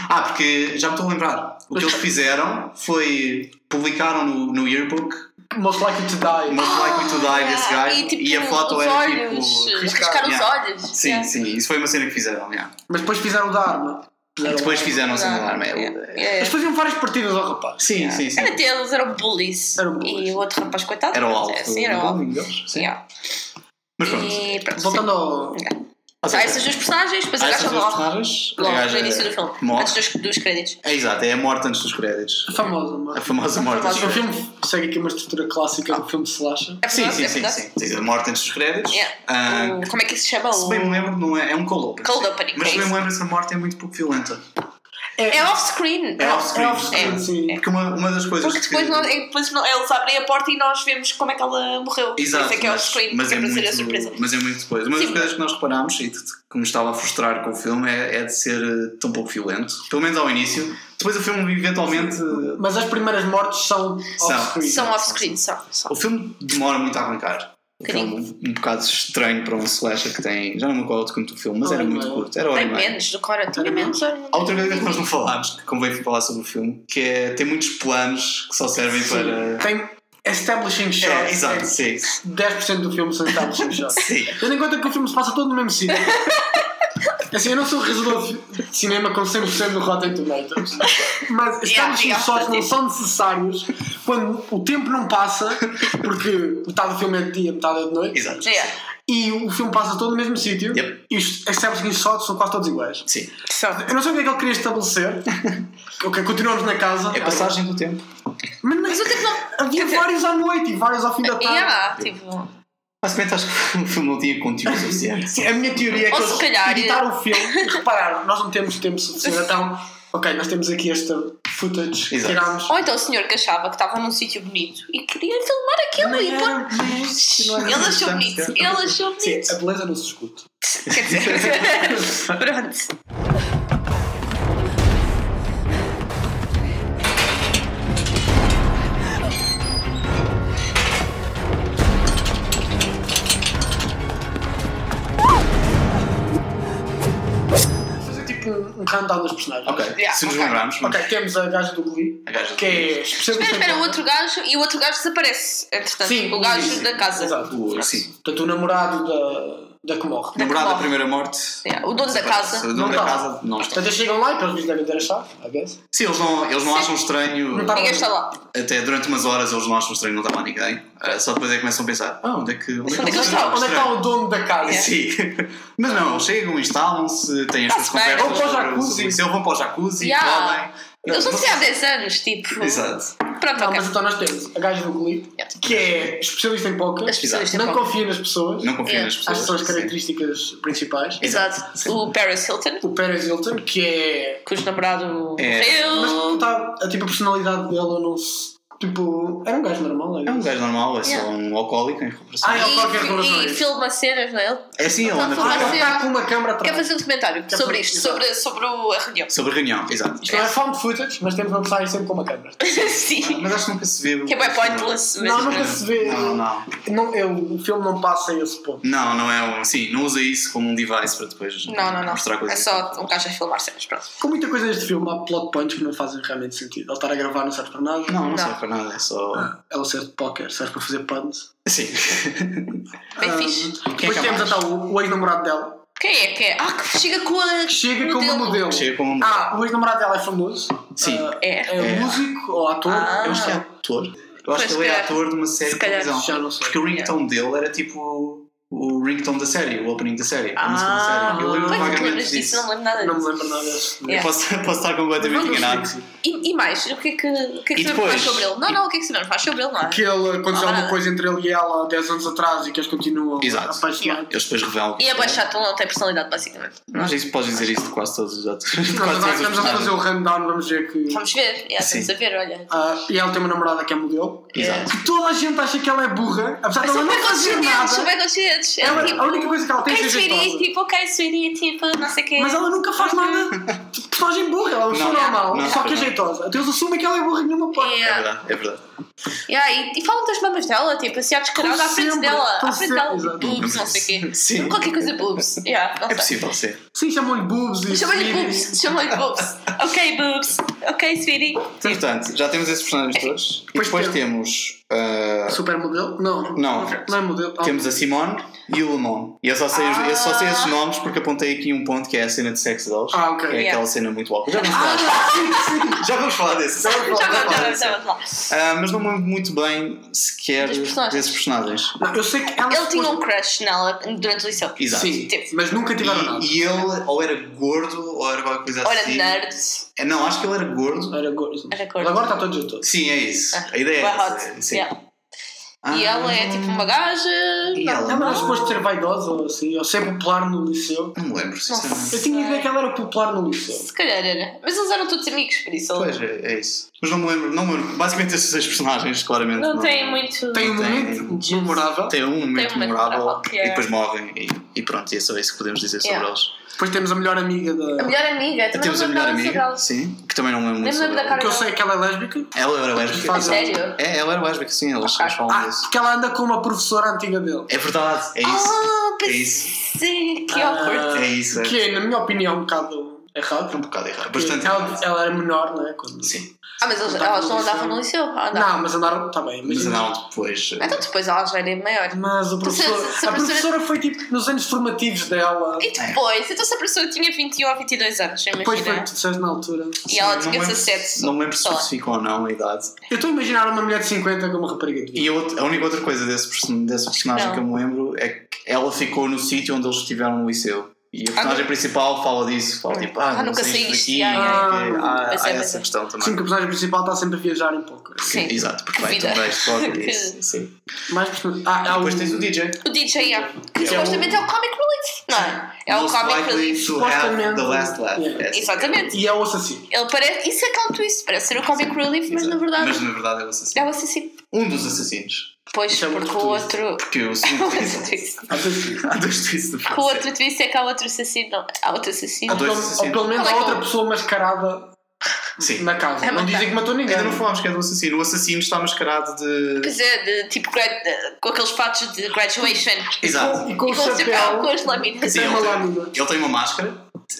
Speaker 1: Ah, porque já me estou a lembrar. O que eles fizeram foi. publicaram no, no yearbook
Speaker 3: most likely to die.
Speaker 1: Most Likely to Die desse
Speaker 2: Ah,
Speaker 1: gajo. E, a foto
Speaker 2: os
Speaker 1: era
Speaker 2: olhos,
Speaker 1: tipo.
Speaker 2: Riscar,
Speaker 1: yeah.
Speaker 2: os olhos.
Speaker 1: Sim,
Speaker 2: yeah.
Speaker 1: sim, isso foi uma cena que fizeram. yeah.
Speaker 3: Mas depois fizeram o da arma.
Speaker 1: E depois fizeram sem
Speaker 2: Yeah.
Speaker 1: alarme.
Speaker 2: Yeah. É.
Speaker 3: Eles
Speaker 2: Yeah.
Speaker 3: faziam várias partidas ao rapaz.
Speaker 1: Sim, sim, sim.
Speaker 2: Era tipo- deles, eram bullies.
Speaker 3: Eram bullies.
Speaker 2: E o outro rapaz, coitado.
Speaker 1: Era o alto.
Speaker 2: Sim, era o
Speaker 1: do
Speaker 2: alto.
Speaker 1: bullying deles, sim.
Speaker 2: Yeah.
Speaker 1: Mas pronto.
Speaker 2: E pronto.
Speaker 3: Voltando ao,
Speaker 2: sim. Yeah.
Speaker 1: Ou
Speaker 2: Há
Speaker 1: seja,
Speaker 2: essas duas personagens, depois
Speaker 1: há
Speaker 2: a
Speaker 1: essas
Speaker 2: gaja
Speaker 1: duas
Speaker 2: morre.
Speaker 1: personagens. eh, a
Speaker 2: Logo
Speaker 1: gaja
Speaker 2: no início do filme.
Speaker 1: morre.
Speaker 2: Antes dos, dos créditos.
Speaker 1: É exato, é a morte antes dos créditos.
Speaker 3: Famosa, mano.
Speaker 1: A famosa morte antes
Speaker 3: Mas o
Speaker 1: dos
Speaker 2: famosa-
Speaker 3: filme segue aqui uma estrutura clássica do filme de slasher.
Speaker 2: É
Speaker 1: Sim,
Speaker 2: verdade,
Speaker 1: sim,
Speaker 2: é
Speaker 1: sim,
Speaker 2: verdade.
Speaker 1: sim. Sim, A morte antes dos créditos. Ah,
Speaker 2: Yeah. O- como é que isso se chama?
Speaker 1: se bem me
Speaker 2: O...
Speaker 1: lembro, não é, é um cold open.
Speaker 2: Cold
Speaker 1: sim.
Speaker 2: opening,
Speaker 1: Mas se
Speaker 2: é
Speaker 1: bem
Speaker 2: isso.
Speaker 1: me lembro, essa morte é muito pouco violenta.
Speaker 2: É off-screen.
Speaker 1: É off-screen.
Speaker 3: É off-screen,
Speaker 2: É,
Speaker 3: sim.
Speaker 1: Porque uma, uma das coisas
Speaker 2: Porque
Speaker 1: que...
Speaker 2: depois, não, é- depois não- eles abrem a porta e nós vemos como é que ela morreu.
Speaker 1: Exato,
Speaker 2: Isso é que é
Speaker 1: mas-
Speaker 2: off-screen,
Speaker 1: mas
Speaker 2: que é,
Speaker 1: é
Speaker 2: para
Speaker 1: muito,
Speaker 2: ser a surpresa.
Speaker 1: Mas é muito depois. Uma das
Speaker 2: Sim.
Speaker 1: coisas que nós reparámos e que que me estava a frustrar com o filme é, é de ser eh, tão pouco violento, pelo menos ao início. Depois o filme eventualmente. eh,
Speaker 3: Mas as primeiras mortes são
Speaker 1: São.
Speaker 3: off-screen.
Speaker 2: São off-screen, só. só.
Speaker 1: O filme demora muito a arrancar. O
Speaker 2: Bocadinho.
Speaker 1: filme é um, um bocado estranho para um slasher que tem. Já não me lembro qual é o quanto do filme, mas
Speaker 3: Hora
Speaker 1: era
Speaker 3: e
Speaker 1: muito
Speaker 3: meia.
Speaker 1: curto. Era hora e
Speaker 2: Tem
Speaker 1: meia.
Speaker 2: menos do que hora, tem
Speaker 3: Era
Speaker 2: menos.
Speaker 1: Há outra coisa que nós não falámos, que convém falar sobre o filme, que é tem muitos planos que só servem
Speaker 2: É,
Speaker 1: para.
Speaker 3: Tem establishing
Speaker 1: É,
Speaker 3: shots.
Speaker 1: exato, sim.
Speaker 3: 10% do filme são establishing shots.
Speaker 1: Sim.
Speaker 3: Tendo em conta que o filme se passa todo no mesmo sítio. Assim, eu não sou realizador de de cinema com 100% do Rotten Tomatoes, mas establishing
Speaker 2: yeah,
Speaker 3: shots não
Speaker 2: tipo.
Speaker 3: são necessários quando o tempo não passa, porque metade do filme é de dia, metade é de noite,
Speaker 1: Exato.
Speaker 2: Yeah.
Speaker 3: e o filme passa todo no mesmo sítio,
Speaker 1: Yep.
Speaker 3: e os establishing shots são quase todos iguais.
Speaker 1: Sim.
Speaker 2: Só.
Speaker 3: Eu não sei o que é que ele queria estabelecer. ok, continuamos na casa.
Speaker 1: É a passagem do tempo.
Speaker 3: Mas, é
Speaker 2: Mas o tempo
Speaker 1: Tá,
Speaker 2: não.
Speaker 3: havia
Speaker 2: quer dizer-
Speaker 3: vários à noite e vários ao fim da tarde.
Speaker 2: Yeah, tipo.
Speaker 1: Basicamente acho que o filme não tinha conteúdo suficiente.
Speaker 3: Sim, A minha teoria é que
Speaker 2: Ou se
Speaker 3: eles
Speaker 2: calhar-
Speaker 3: editaram o filme e repararam, nós não temos tempo suficiente, então, ok, nós temos aqui esta footage que
Speaker 1: Exato.
Speaker 3: tirámos.
Speaker 2: Ou então o senhor que achava que estava num sítio bonito e queria filmar aquilo e pôr. Ele achou bonito, ele achou
Speaker 3: Sim,
Speaker 2: bonito.
Speaker 3: a beleza não se escuta.
Speaker 2: Quer dizer, pronto.
Speaker 3: Fazer tipo um, um countdown dos personagens.
Speaker 1: Ok,
Speaker 2: Yeah,
Speaker 1: se nos
Speaker 2: ok.
Speaker 1: lembrarmos. mas-
Speaker 3: Ok, temos a gaja do Glee,
Speaker 1: A gaja do
Speaker 3: que
Speaker 1: Glee.
Speaker 3: é especialista.
Speaker 2: Espera,
Speaker 3: em-
Speaker 2: espera, o outro gajo e o outro gajo desaparece. Entretanto,
Speaker 3: Sim,
Speaker 2: o gajo
Speaker 3: sim,
Speaker 2: da casa.
Speaker 3: Exato.
Speaker 1: O- sim.
Speaker 3: Portanto, o namorado da, da que morre.
Speaker 1: Lembrado da
Speaker 2: morre.
Speaker 1: primeira morte.
Speaker 2: Yeah, É, O é dono da
Speaker 1: desaparece.
Speaker 2: casa.
Speaker 1: O dono
Speaker 3: Não
Speaker 1: da
Speaker 3: está.
Speaker 1: casa não está.
Speaker 3: Portanto, eles chegam lá e pelo visto devem ter a chave, I guess.
Speaker 1: Sim, eles não, eles não acham estranho.
Speaker 3: Não tá-
Speaker 2: Ninguém está lá.
Speaker 1: Até durante umas horas eles não acham estranho, não estava ninguém. Ah, só depois é que começam a pensar: ah, onde é que, onde é
Speaker 2: Onde é que
Speaker 1: que
Speaker 2: eles estão?
Speaker 3: Onde é que está o dono da casa?
Speaker 2: Yeah.
Speaker 1: Sim. Mas não, eles chegam, instalam-se, têm as suas
Speaker 2: Tá-se Tá bem.
Speaker 1: conversas.
Speaker 3: Vão para o
Speaker 1: sobre-
Speaker 3: jacuzzi.
Speaker 1: sobre isso. Eles vão para o jacuzzi,
Speaker 2: Yeah.
Speaker 1: comem.
Speaker 2: Eles não se há 10 anos, tipo.
Speaker 1: Exato.
Speaker 2: Pronto,
Speaker 3: Não,
Speaker 2: ok.
Speaker 3: mas então nós temos a gaja do Glee,
Speaker 2: Yeah.
Speaker 3: que é especialista em poker,
Speaker 2: As pessoas
Speaker 3: não
Speaker 2: têm pouco.
Speaker 3: confia nas pessoas.
Speaker 1: Não confio
Speaker 2: Yeah.
Speaker 1: nas pessoas.
Speaker 3: Estas são as
Speaker 1: Sim.
Speaker 3: características principais.
Speaker 1: Exato, sim.
Speaker 2: Exato. O Paris Hilton,
Speaker 3: O Paris Hilton, que é.
Speaker 2: cujo namorado
Speaker 1: É.
Speaker 3: Mas
Speaker 2: morreu.
Speaker 3: tá, a, tipo, a personalidade dele não se. Tipo, era um gajo normal, é?
Speaker 1: É um gajo normal, é
Speaker 2: Yeah.
Speaker 1: só um alcoólico em recuperação.
Speaker 3: Ah, ele qualquer coisa, não
Speaker 2: E,
Speaker 3: é?
Speaker 2: e filma cenas, não é? Ele
Speaker 1: É assim, ele
Speaker 2: Tá
Speaker 1: anda
Speaker 2: a falar
Speaker 1: por-
Speaker 3: Ele
Speaker 2: assim.
Speaker 3: está é com uma câmera
Speaker 2: quer
Speaker 3: atrás.
Speaker 2: fazer um documentário
Speaker 3: Quer
Speaker 2: sobre
Speaker 3: fazer-
Speaker 2: isto,
Speaker 3: exato.
Speaker 2: sobre, sobre o, a reunião.
Speaker 1: Sobre reunião, exato.
Speaker 3: Isto não é found footage, mas temos uma personagem sempre com uma câmera.
Speaker 2: Sim.
Speaker 1: Ah, Mas acho que nunca se vê. assim,
Speaker 2: Que é bem pointless, mas.
Speaker 3: Não, nunca se vê.
Speaker 1: Não, não.
Speaker 3: Não, eu- o filme não passa a esse ponto.
Speaker 1: Não, não é um. Sim, não usa isso como um device para depois
Speaker 2: Não, não,
Speaker 1: mostrar
Speaker 2: não. É
Speaker 1: coisas.
Speaker 2: só um gajo a filmar cenas, pronto.
Speaker 3: Com muita coisa neste filme, há plot points que não fazem realmente sentido. Ele estar a gravar não serve para nada.
Speaker 1: Não, não,
Speaker 2: Não.
Speaker 1: serve para nada, é só.
Speaker 3: Ela serve de póquer, serve para fazer puns.
Speaker 1: Sim.
Speaker 2: Bem
Speaker 3: Ah,
Speaker 2: fixe.
Speaker 1: Quem é que
Speaker 3: Depois
Speaker 1: é
Speaker 3: temos
Speaker 1: mais?
Speaker 3: até o, o ex-namorado dela,
Speaker 2: Quem é que é? Ah, que chega com a.
Speaker 3: que chega com uma modelo.
Speaker 1: Chega com um.
Speaker 3: Ah, o ex-namorado dela é famoso.
Speaker 1: Sim.
Speaker 3: Ah,
Speaker 2: É.
Speaker 3: é,
Speaker 1: É.
Speaker 3: músico ou ator.
Speaker 2: Ah.
Speaker 3: Eu
Speaker 1: Acho que é
Speaker 3: sei.
Speaker 1: ator. Eu acho
Speaker 2: Pois,
Speaker 1: que ele é
Speaker 2: calhar.
Speaker 1: ator de uma série
Speaker 2: Se
Speaker 1: de
Speaker 2: calhar.
Speaker 1: televisão.
Speaker 3: Já não sei.
Speaker 1: Porque o ringtone dele era tipo o ringtone da série, o opening da série, a música da
Speaker 2: Ah,
Speaker 1: série. Eu lembro
Speaker 2: como é que te
Speaker 1: vagamente
Speaker 2: lembras disso? Não
Speaker 1: disso.
Speaker 2: me lembro nada
Speaker 3: Não me
Speaker 2: disso.
Speaker 3: lembro nada desse.
Speaker 1: Eu
Speaker 2: Yeah.
Speaker 1: Posso, posso estar completamente enganado.
Speaker 2: E, e mais? O que é que, o que, é
Speaker 1: E
Speaker 2: que sabemos
Speaker 1: depois?
Speaker 2: mais sobre ele? Não, não, o que é que sabemos mais sobre ele? Não é?
Speaker 3: Que ele aconteceu
Speaker 2: Não,
Speaker 3: alguma
Speaker 2: nada.
Speaker 3: coisa entre ele e ela há 10 anos atrás e que eles continuam
Speaker 1: Exato.
Speaker 3: apaixonados.
Speaker 1: Eles depois revelam.
Speaker 2: E é bem chato, ele não tem personalidade, basicamente.
Speaker 1: Não sei se podes dizer isso de quase todos os atores. De
Speaker 3: Nós
Speaker 1: quase
Speaker 3: agora
Speaker 1: todos os
Speaker 3: estamos a fazer
Speaker 1: personagens.
Speaker 3: o rundown, vamos ver que.
Speaker 2: Vamos ver, é,
Speaker 1: Sim.
Speaker 2: estamos a ver, olha.
Speaker 3: Ah, e ela tem uma namorada que é modelo.
Speaker 1: Exato.
Speaker 3: E toda a gente acha que ela é burra, apesar de ela
Speaker 2: São
Speaker 3: não
Speaker 2: bem
Speaker 3: fazer
Speaker 2: conscientes, são
Speaker 3: nada.
Speaker 2: bem conscientes. É
Speaker 3: Ela-
Speaker 2: tipo,
Speaker 3: a única coisa que ela tem é
Speaker 2: ok,
Speaker 3: ser
Speaker 2: sweetie,
Speaker 3: jeitosa.
Speaker 2: tipo, ok, sweetie, tipo, não sei o quê.
Speaker 3: Mas ela nunca faz nada. Tipo, Personagem burra, ela é uma pessoa
Speaker 1: Não,
Speaker 3: normal,
Speaker 1: não,
Speaker 3: só que é
Speaker 1: não.
Speaker 3: jeitosa. Deus assume que ela é burra em nenhuma parte.
Speaker 1: É
Speaker 2: Yeah.
Speaker 1: verdade, é verdade.
Speaker 2: Yeah, e, e falam das mamas dela, tipo, assim, à descarada,
Speaker 3: Como
Speaker 2: à frente
Speaker 3: sempre,
Speaker 2: dela,
Speaker 3: como
Speaker 2: à frente
Speaker 3: sempre,
Speaker 2: dela,
Speaker 3: exato.
Speaker 2: boobs, não sei o quê.
Speaker 1: Sim.
Speaker 2: Qualquer coisa boobs. Yeah, não
Speaker 1: É
Speaker 2: sei.
Speaker 1: possível ser.
Speaker 3: Sim, chamam-lhe boobs e.
Speaker 2: Chama-lhe
Speaker 3: sweetie.
Speaker 2: boobs, chama-lhe boobs. Ok, boobs. Ok, sweetie.
Speaker 1: Portanto, já temos esses
Speaker 2: É.
Speaker 1: personagens todos. E
Speaker 3: Pois
Speaker 1: depois
Speaker 3: tem.
Speaker 1: temos. ah,
Speaker 3: Supermodelo? Não.
Speaker 1: Não.
Speaker 3: Não é modelo. Ah,
Speaker 1: temos a Simone, e o Lumon. E eu só, sei,
Speaker 2: Ah.
Speaker 1: eu só sei esses nomes porque apontei aqui um ponto que é a cena de sexo deles.
Speaker 3: Ah,
Speaker 1: Que é
Speaker 3: ok. Ah.
Speaker 2: Yeah.
Speaker 1: aquela cena muito óbvia. Já vamos falar. Já vamos falar desse. Já vamos
Speaker 2: Já
Speaker 1: falar
Speaker 2: vamos, já
Speaker 1: desse.
Speaker 2: vamos, já vamos lá.
Speaker 1: Ah, mas não me lembro muito bem sequer
Speaker 2: Dos personagens.
Speaker 1: desses personagens.
Speaker 3: Não, eu sei que ela
Speaker 2: Ele tinha um
Speaker 3: depois-
Speaker 2: crush nela durante o liceu. Tipo,
Speaker 1: Exato.
Speaker 3: Sim,
Speaker 2: Teve.
Speaker 3: mas nunca tiveram nada.
Speaker 1: E, e ele ou era gordo ou era qualquer coisa
Speaker 2: Ora,
Speaker 1: assim.
Speaker 2: nerd.
Speaker 1: É, Não, acho que ele era gordo.
Speaker 3: Era gordo.
Speaker 2: Era gordo.
Speaker 3: Ele Agora tá está todo jeitoso.
Speaker 1: Sim, é isso.
Speaker 2: Ah,
Speaker 1: A ideia é
Speaker 2: bué
Speaker 1: essa.
Speaker 2: hot.
Speaker 1: Sim.
Speaker 2: Yeah.
Speaker 1: Ah,
Speaker 2: E ela é tipo um uma gaja.
Speaker 1: E
Speaker 3: Ela
Speaker 1: ela?
Speaker 3: não era suposto ser vaidosa ou assim, ou ser popular no liceu.
Speaker 1: Não me lembro, sinceramente.
Speaker 2: Nossa.
Speaker 3: Eu tinha
Speaker 2: Sei.
Speaker 3: ideia que ela era popular no liceu.
Speaker 2: Se calhar era. Mas eles eram todos amigos, por isso.
Speaker 1: Pois, é, é isso. Mas não me lembro. Não me lembro. Basicamente, esses dois personagens, claramente.
Speaker 2: Não tem muito.
Speaker 3: Tem um
Speaker 1: Tem-
Speaker 3: momento memorável.
Speaker 1: Tem um momento
Speaker 2: Tem um momento
Speaker 1: memorável
Speaker 2: memorável, que é-
Speaker 1: e depois morrem e, e pronto, e é só isso que podemos dizer sobre
Speaker 2: Yeah.
Speaker 1: eles.
Speaker 3: Depois temos a melhor amiga
Speaker 2: A
Speaker 3: da.
Speaker 2: melhor amiga. Também
Speaker 1: Temos a
Speaker 2: não me
Speaker 1: melhor
Speaker 2: lembrava sobre
Speaker 1: amiga,
Speaker 2: ela.
Speaker 1: sim, que também não me lembro
Speaker 2: Nem
Speaker 1: muito
Speaker 2: me
Speaker 1: sobre
Speaker 2: lembro da
Speaker 1: ela.
Speaker 2: cara
Speaker 3: Porque eu sei que ela é lésbica.
Speaker 1: Ela era lésbica.
Speaker 3: A
Speaker 1: exato.
Speaker 2: sério?
Speaker 1: É, ela era lésbica, sim, eles,
Speaker 2: Ok.
Speaker 1: eles falam
Speaker 3: Ah,
Speaker 1: disso.
Speaker 3: que ela anda com uma professora antiga dele.
Speaker 1: É verdade, é isso.
Speaker 2: Ah,
Speaker 1: É isso.
Speaker 2: pensei. Que
Speaker 3: Ah,
Speaker 2: awkward.
Speaker 1: É isso, é.
Speaker 3: Que é, na minha opinião, um bocado errado.
Speaker 1: Um bocado errado.
Speaker 3: Porque
Speaker 1: Bastante
Speaker 3: ela,
Speaker 1: errado.
Speaker 3: ela era menor, não é? Quando-
Speaker 1: Sim.
Speaker 2: Ah, mas eles-
Speaker 3: Não tá
Speaker 2: elas
Speaker 3: no
Speaker 2: não
Speaker 3: liceu.
Speaker 2: andavam no liceu. Ah,
Speaker 3: Não, mas andaram. Está bem,
Speaker 1: Mas
Speaker 3: mas.
Speaker 1: não, depois. eh,
Speaker 2: Então depois elas já eram maior.
Speaker 3: Mas o
Speaker 2: Tu se- se a
Speaker 3: professor. A
Speaker 2: professora-
Speaker 3: professora foi tipo nos anos formativos dela.
Speaker 1: É.
Speaker 2: E depois? Então se a pessoa tinha 21 ou 22 anos, imagina.
Speaker 3: Depois foi o que tu disseste na altura.
Speaker 2: E ela
Speaker 1: não
Speaker 2: tinha
Speaker 1: lembro-
Speaker 2: 17.
Speaker 1: Não me lembro se
Speaker 2: Sei lá.
Speaker 1: especificam ou não a idade.
Speaker 3: Eu estou a imaginar uma mulher de 50 com uma rapariga de 20.
Speaker 1: E outra- a única outra coisa desse, person- desse personagem
Speaker 2: não.
Speaker 1: que eu me lembro é que ela ficou no sítio onde eles estiveram no liceu. E a personagem
Speaker 2: Ah, não.
Speaker 1: principal fala disso. Fala tipo, ah,
Speaker 2: Ah,
Speaker 1: não
Speaker 2: nunca
Speaker 1: saíste daqui.
Speaker 2: saíste, já,
Speaker 3: já.
Speaker 1: não sei o quê. Ah, Há-
Speaker 2: Pois é,
Speaker 1: há
Speaker 2: pois
Speaker 1: essa
Speaker 2: é.
Speaker 1: questão também.
Speaker 3: Sim, que o personagem principal está sempre a viajar um pouco.
Speaker 2: Sim.
Speaker 1: Exato, porque
Speaker 2: Que
Speaker 1: vai um
Speaker 2: vida.
Speaker 1: tomar este copo
Speaker 2: Que-
Speaker 1: e isso. Sim.
Speaker 3: Mais personagem. Ah, há
Speaker 1: Depois
Speaker 3: um-
Speaker 1: tens o DJ.
Speaker 2: O DJ, é.
Speaker 3: Que
Speaker 2: que
Speaker 3: é
Speaker 2: supostamente é o Comic Relief, não é? É o
Speaker 1: Most
Speaker 2: Comic
Speaker 1: likely
Speaker 2: Relief.
Speaker 1: to have
Speaker 3: Supostamente.
Speaker 1: the last laugh.
Speaker 3: Yeah.
Speaker 1: É assim.
Speaker 2: Exatamente.
Speaker 3: E é o assassino.
Speaker 2: Ele parece. Isso é que é um twist, parece ser o Comic Relief, mas na
Speaker 1: Exato.
Speaker 2: verdade.
Speaker 1: Mas na verdade é o assassino.
Speaker 2: É o assassino.
Speaker 1: Um dos assassinos.
Speaker 2: Pois,
Speaker 3: Isso é
Speaker 2: porque
Speaker 1: um
Speaker 3: outro
Speaker 2: o
Speaker 3: twist.
Speaker 2: outro.
Speaker 1: Porque o
Speaker 2: É
Speaker 1: segundo
Speaker 2: outro twist.
Speaker 1: Ah,
Speaker 3: Assassino.
Speaker 1: Há dois twists de
Speaker 2: Porque o outro twist é que há outro assassino. Há outro assassino.
Speaker 1: Há
Speaker 3: Ou
Speaker 1: dois
Speaker 3: pelo-
Speaker 1: assassinos.
Speaker 3: ou pelo menos
Speaker 2: Como
Speaker 3: há
Speaker 2: é que
Speaker 3: outra
Speaker 2: eu-
Speaker 3: pessoa mascarada
Speaker 1: Sim.
Speaker 3: na casa.
Speaker 2: É
Speaker 3: não
Speaker 2: mascarada.
Speaker 3: dizem que matou ninguém.
Speaker 1: Ainda não falámos que é do assassino. O assassino está mascarado de.
Speaker 2: Pois é, de, tipo, gra- de- com aqueles fatos de graduation.
Speaker 1: Exato.
Speaker 3: E
Speaker 2: E
Speaker 3: com
Speaker 2: com
Speaker 3: o
Speaker 2: o chapéu com
Speaker 3: chapéu.
Speaker 2: as lâminas.
Speaker 1: Sim,
Speaker 3: Tem uma
Speaker 1: ele-
Speaker 3: lâmina.
Speaker 1: Ele tem uma máscara.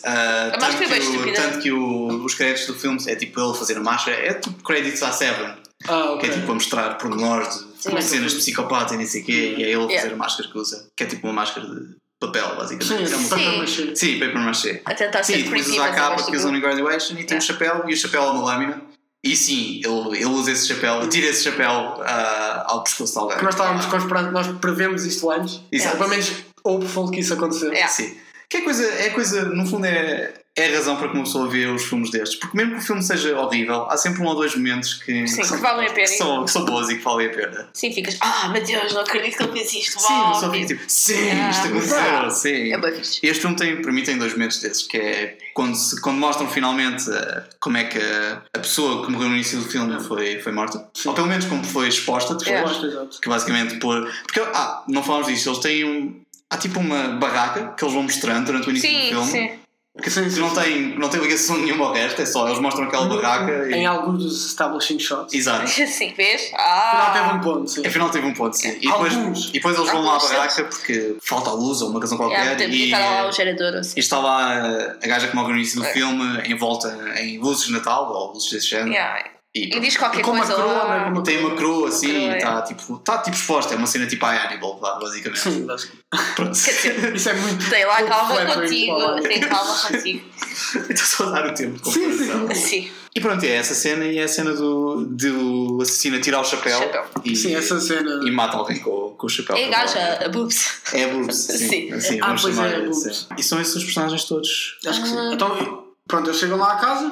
Speaker 1: ah, tanto
Speaker 2: máscara é bem
Speaker 1: que o-
Speaker 2: estúpida.
Speaker 1: Tanto que o- os créditos do filme é tipo ele fazer a máscara. É tipo créditos à Seven.
Speaker 3: Ah,
Speaker 1: Que
Speaker 3: ok.
Speaker 1: é tipo a mostrar pormenores de
Speaker 2: Sim.
Speaker 1: cenas de psicopata e não sei o quê.
Speaker 3: Yeah.
Speaker 1: E é ele a
Speaker 2: Yeah.
Speaker 1: fazer a máscara que usa. Que é tipo uma máscara de papel, basicamente. É
Speaker 3: Sim,
Speaker 1: uma-
Speaker 3: só para
Speaker 2: Sim.
Speaker 3: mexer.
Speaker 1: Sim, paper machê.
Speaker 2: A tentar
Speaker 1: Sim,
Speaker 2: ser
Speaker 1: depois
Speaker 2: creepy,
Speaker 1: usa a
Speaker 2: mas tipo, eu
Speaker 1: capa
Speaker 2: gosto
Speaker 1: que usa
Speaker 2: do-
Speaker 1: no graduation e tem o chapéu e o chapéu é uma lâmina. E sim, ele, ele usa esse chapéu, tira esse chapéu ah, ao pescoço de alguém.
Speaker 3: Que nós estávamos conspirando, nós prevemos isto antes.
Speaker 1: Exato.
Speaker 3: Ou pelo menos houve fome que isso aconteceu.
Speaker 2: É.
Speaker 1: Sim. Que é coisa, é coisa, no fundo, é, é a razão para que uma pessoa vê os filmes destes. Porque mesmo que o filme seja horrível, há sempre um ou dois momentos que,
Speaker 2: Sim,
Speaker 1: que,
Speaker 2: que valem a pena.
Speaker 1: que são, que são boas e que valem a pena.
Speaker 2: Sim, ficas, ah, meu Deus, não acredito que ele fez isto.
Speaker 1: Sim,
Speaker 2: uau,
Speaker 1: uma pessoa fica
Speaker 2: tipo,
Speaker 1: tipo, sim,
Speaker 2: Ah,
Speaker 1: isto aconteceu,
Speaker 2: ah.
Speaker 1: sim.
Speaker 2: É bem fixe.
Speaker 1: Este filme tem, para mim tem dois momentos desses, que é quando, se- quando mostram finalmente eh, como é que a, a pessoa que morreu no início do filme foi, foi morta,
Speaker 3: Sim.
Speaker 1: ou pelo menos como foi exposta depois,
Speaker 2: Yeah.
Speaker 3: Gosto, é exato.
Speaker 1: que basicamente por... Porque, ah, não falámos disso, eles têm um... Há tipo uma barraca que eles vão mostrando durante o início do
Speaker 2: Sim,
Speaker 1: filme,
Speaker 2: sim.
Speaker 1: que que não tem, não tem ligação nenhuma ao resto, é só eles mostram aquela barraca
Speaker 3: Em
Speaker 1: e...
Speaker 3: alguns dos establishing shots.
Speaker 1: Exato.
Speaker 2: Assim, vês?
Speaker 3: Afinal teve
Speaker 2: Ah,
Speaker 3: um ponto, sim.
Speaker 1: Afinal teve um ponto, sim. E depois,
Speaker 3: Alguns.
Speaker 1: e depois eles vão lá à
Speaker 2: Alguns,
Speaker 1: barraca porque falta a luz ou uma razão
Speaker 2: é,
Speaker 1: qualquer
Speaker 2: tem que
Speaker 1: e...
Speaker 2: estar lá
Speaker 1: eh,
Speaker 2: o gerador, assim.
Speaker 1: E está lá eh, a gaja que morre no início do
Speaker 2: É.
Speaker 1: filme, envolta em luzes de Natal, ou luzes desse género.
Speaker 2: Yeah.
Speaker 1: E
Speaker 2: E
Speaker 1: pronto.
Speaker 2: diz qualquer
Speaker 3: Com uma
Speaker 2: coisa
Speaker 3: coroa,
Speaker 2: lá.
Speaker 3: não é? Com uma-
Speaker 1: tem uma coroa assim,
Speaker 2: coroa, é.
Speaker 1: está tipo, tá, tipo exposta, é uma cena tipo a Hannibal, vá, basicamente.
Speaker 3: Sim, basicamente.
Speaker 1: Pronto.
Speaker 2: Quer dizer,
Speaker 3: Isso é muito.
Speaker 2: Tem lá
Speaker 3: pouco
Speaker 2: calma
Speaker 3: flattering para
Speaker 2: contigo,
Speaker 3: lá.
Speaker 2: tem calma contigo.
Speaker 1: Estou só a dar o tempo de
Speaker 3: Sim,
Speaker 1: comparação.
Speaker 3: sim.
Speaker 2: Assim,
Speaker 1: E pronto, é essa cena e é a cena do, do assassino a tirar o chapéu,
Speaker 2: Chapéu.
Speaker 1: E,
Speaker 3: Sim, essa cena.
Speaker 1: e mata alguém com, com o chapéu.
Speaker 2: é gaja, a boobs.
Speaker 1: É boobs, sim.
Speaker 2: Sim.
Speaker 1: Assim,
Speaker 3: Ah,
Speaker 1: vamos
Speaker 3: pois
Speaker 1: chamar
Speaker 3: é,
Speaker 1: de-
Speaker 3: boobs.
Speaker 1: sim. E são esses os personagens todos.
Speaker 3: Acho que
Speaker 2: Ah.
Speaker 3: sim. Então, eu- pronto, eles chegam lá à casa.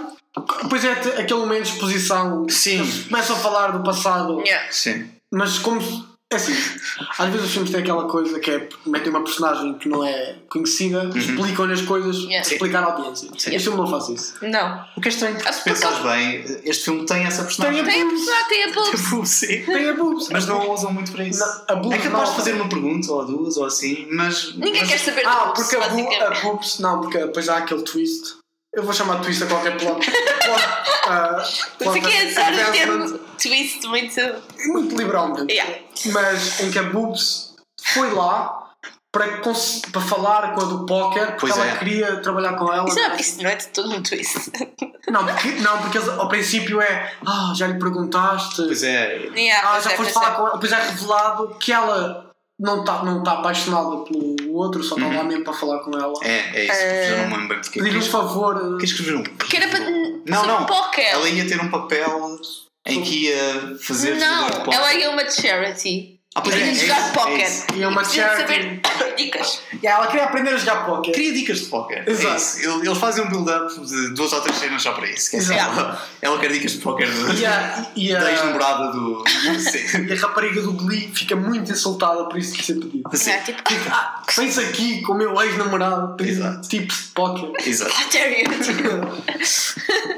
Speaker 3: Depois é te- aquele momento de exposição.
Speaker 1: Sim.
Speaker 3: Eles começam a falar do passado.
Speaker 2: Yeah.
Speaker 1: Sim.
Speaker 3: Mas como. É assim. Às vezes os filmes têm aquela coisa que é. Metem uma personagem que não é conhecida, explicam-lhe as coisas,
Speaker 2: Yeah.
Speaker 3: para explicar à audiência.
Speaker 1: Uhum. Sim.
Speaker 3: Este filme não faz isso.
Speaker 2: Não.
Speaker 1: O que é estranho, porque se pensares bem, este filme tem essa personagem.
Speaker 2: Ah, Tem, ah, tem a boobs.
Speaker 1: Tipo, sim.
Speaker 3: Tem a boobs.
Speaker 1: Mas não a usam muito para isso.
Speaker 3: Não, a boobs
Speaker 1: É capaz
Speaker 3: não.
Speaker 1: de fazer uma pergunta ou duas ou assim, mas.
Speaker 2: Ninguém
Speaker 1: mas-
Speaker 2: quer saber de
Speaker 3: Ah,
Speaker 2: boobs,
Speaker 3: porque a, bu-
Speaker 2: basicamente.
Speaker 3: a boobs. Não, porque depois há aquele twist. Eu vou chamar de twist a qualquer plot. plot ah,
Speaker 2: Mas
Speaker 3: plot
Speaker 2: aqui é usar o
Speaker 3: advancement.
Speaker 2: termo twist muito.
Speaker 3: Muito liberalmente.
Speaker 2: Yeah.
Speaker 3: Mas em que a boobs foi lá para, cons- para falar com a do póquer, porque
Speaker 1: Pois
Speaker 3: ela
Speaker 1: é.
Speaker 3: queria trabalhar com ela.
Speaker 2: Isso não, isso não é de todo um twist.
Speaker 3: Não, porque, não, porque eles, ao princípio é ah, já lhe perguntaste,
Speaker 1: Pois é.
Speaker 2: Yeah,
Speaker 3: ah,
Speaker 2: pois
Speaker 3: já
Speaker 2: é,
Speaker 3: foste
Speaker 2: pois é.
Speaker 3: falar com ela, depois é revelado que ela não está não tá apaixonada pelo outro, só está lá mesmo para falar com ela.
Speaker 1: Uhum. É, é isso.
Speaker 2: Ah.
Speaker 1: Eu não me lembro bem porque.
Speaker 3: Pedir um
Speaker 1: Queres
Speaker 3: favor.
Speaker 1: queres escrever um.
Speaker 2: Porque era para.
Speaker 1: Não, não.
Speaker 2: Póquer.
Speaker 1: Ela ia ter um papel em que ia fazer jogador de
Speaker 2: Não,
Speaker 1: póquer.
Speaker 2: ela ia uma charity.
Speaker 1: Ah, pois
Speaker 2: e
Speaker 1: é,
Speaker 2: ia
Speaker 1: é
Speaker 2: jogar
Speaker 1: isso,
Speaker 2: póquer.
Speaker 1: é isso.
Speaker 3: E é uma
Speaker 2: E precisa de
Speaker 3: charity.
Speaker 2: saber dicas.
Speaker 3: Yeah, ela queria aprender a jogar póquer.
Speaker 1: Queria dicas de póquer.
Speaker 3: Exato.
Speaker 1: É isso. Ele- Eles fazem um build-up de duas ou três cenas só para isso. Que é só-
Speaker 2: Exato.
Speaker 1: Ela quer dicas de póquer do-
Speaker 3: E a, e,
Speaker 1: da
Speaker 3: a,
Speaker 1: ex-namorada do. Sim.
Speaker 3: e a rapariga do Glee fica muito insultada por isso que ser pedido.
Speaker 1: Sim.
Speaker 2: É, tipo,
Speaker 3: Tipo, ah, vens aqui com o meu ex-namorado pedir
Speaker 1: Exato.
Speaker 3: tipos de póquer.
Speaker 1: Exato.
Speaker 2: "Ah, charity.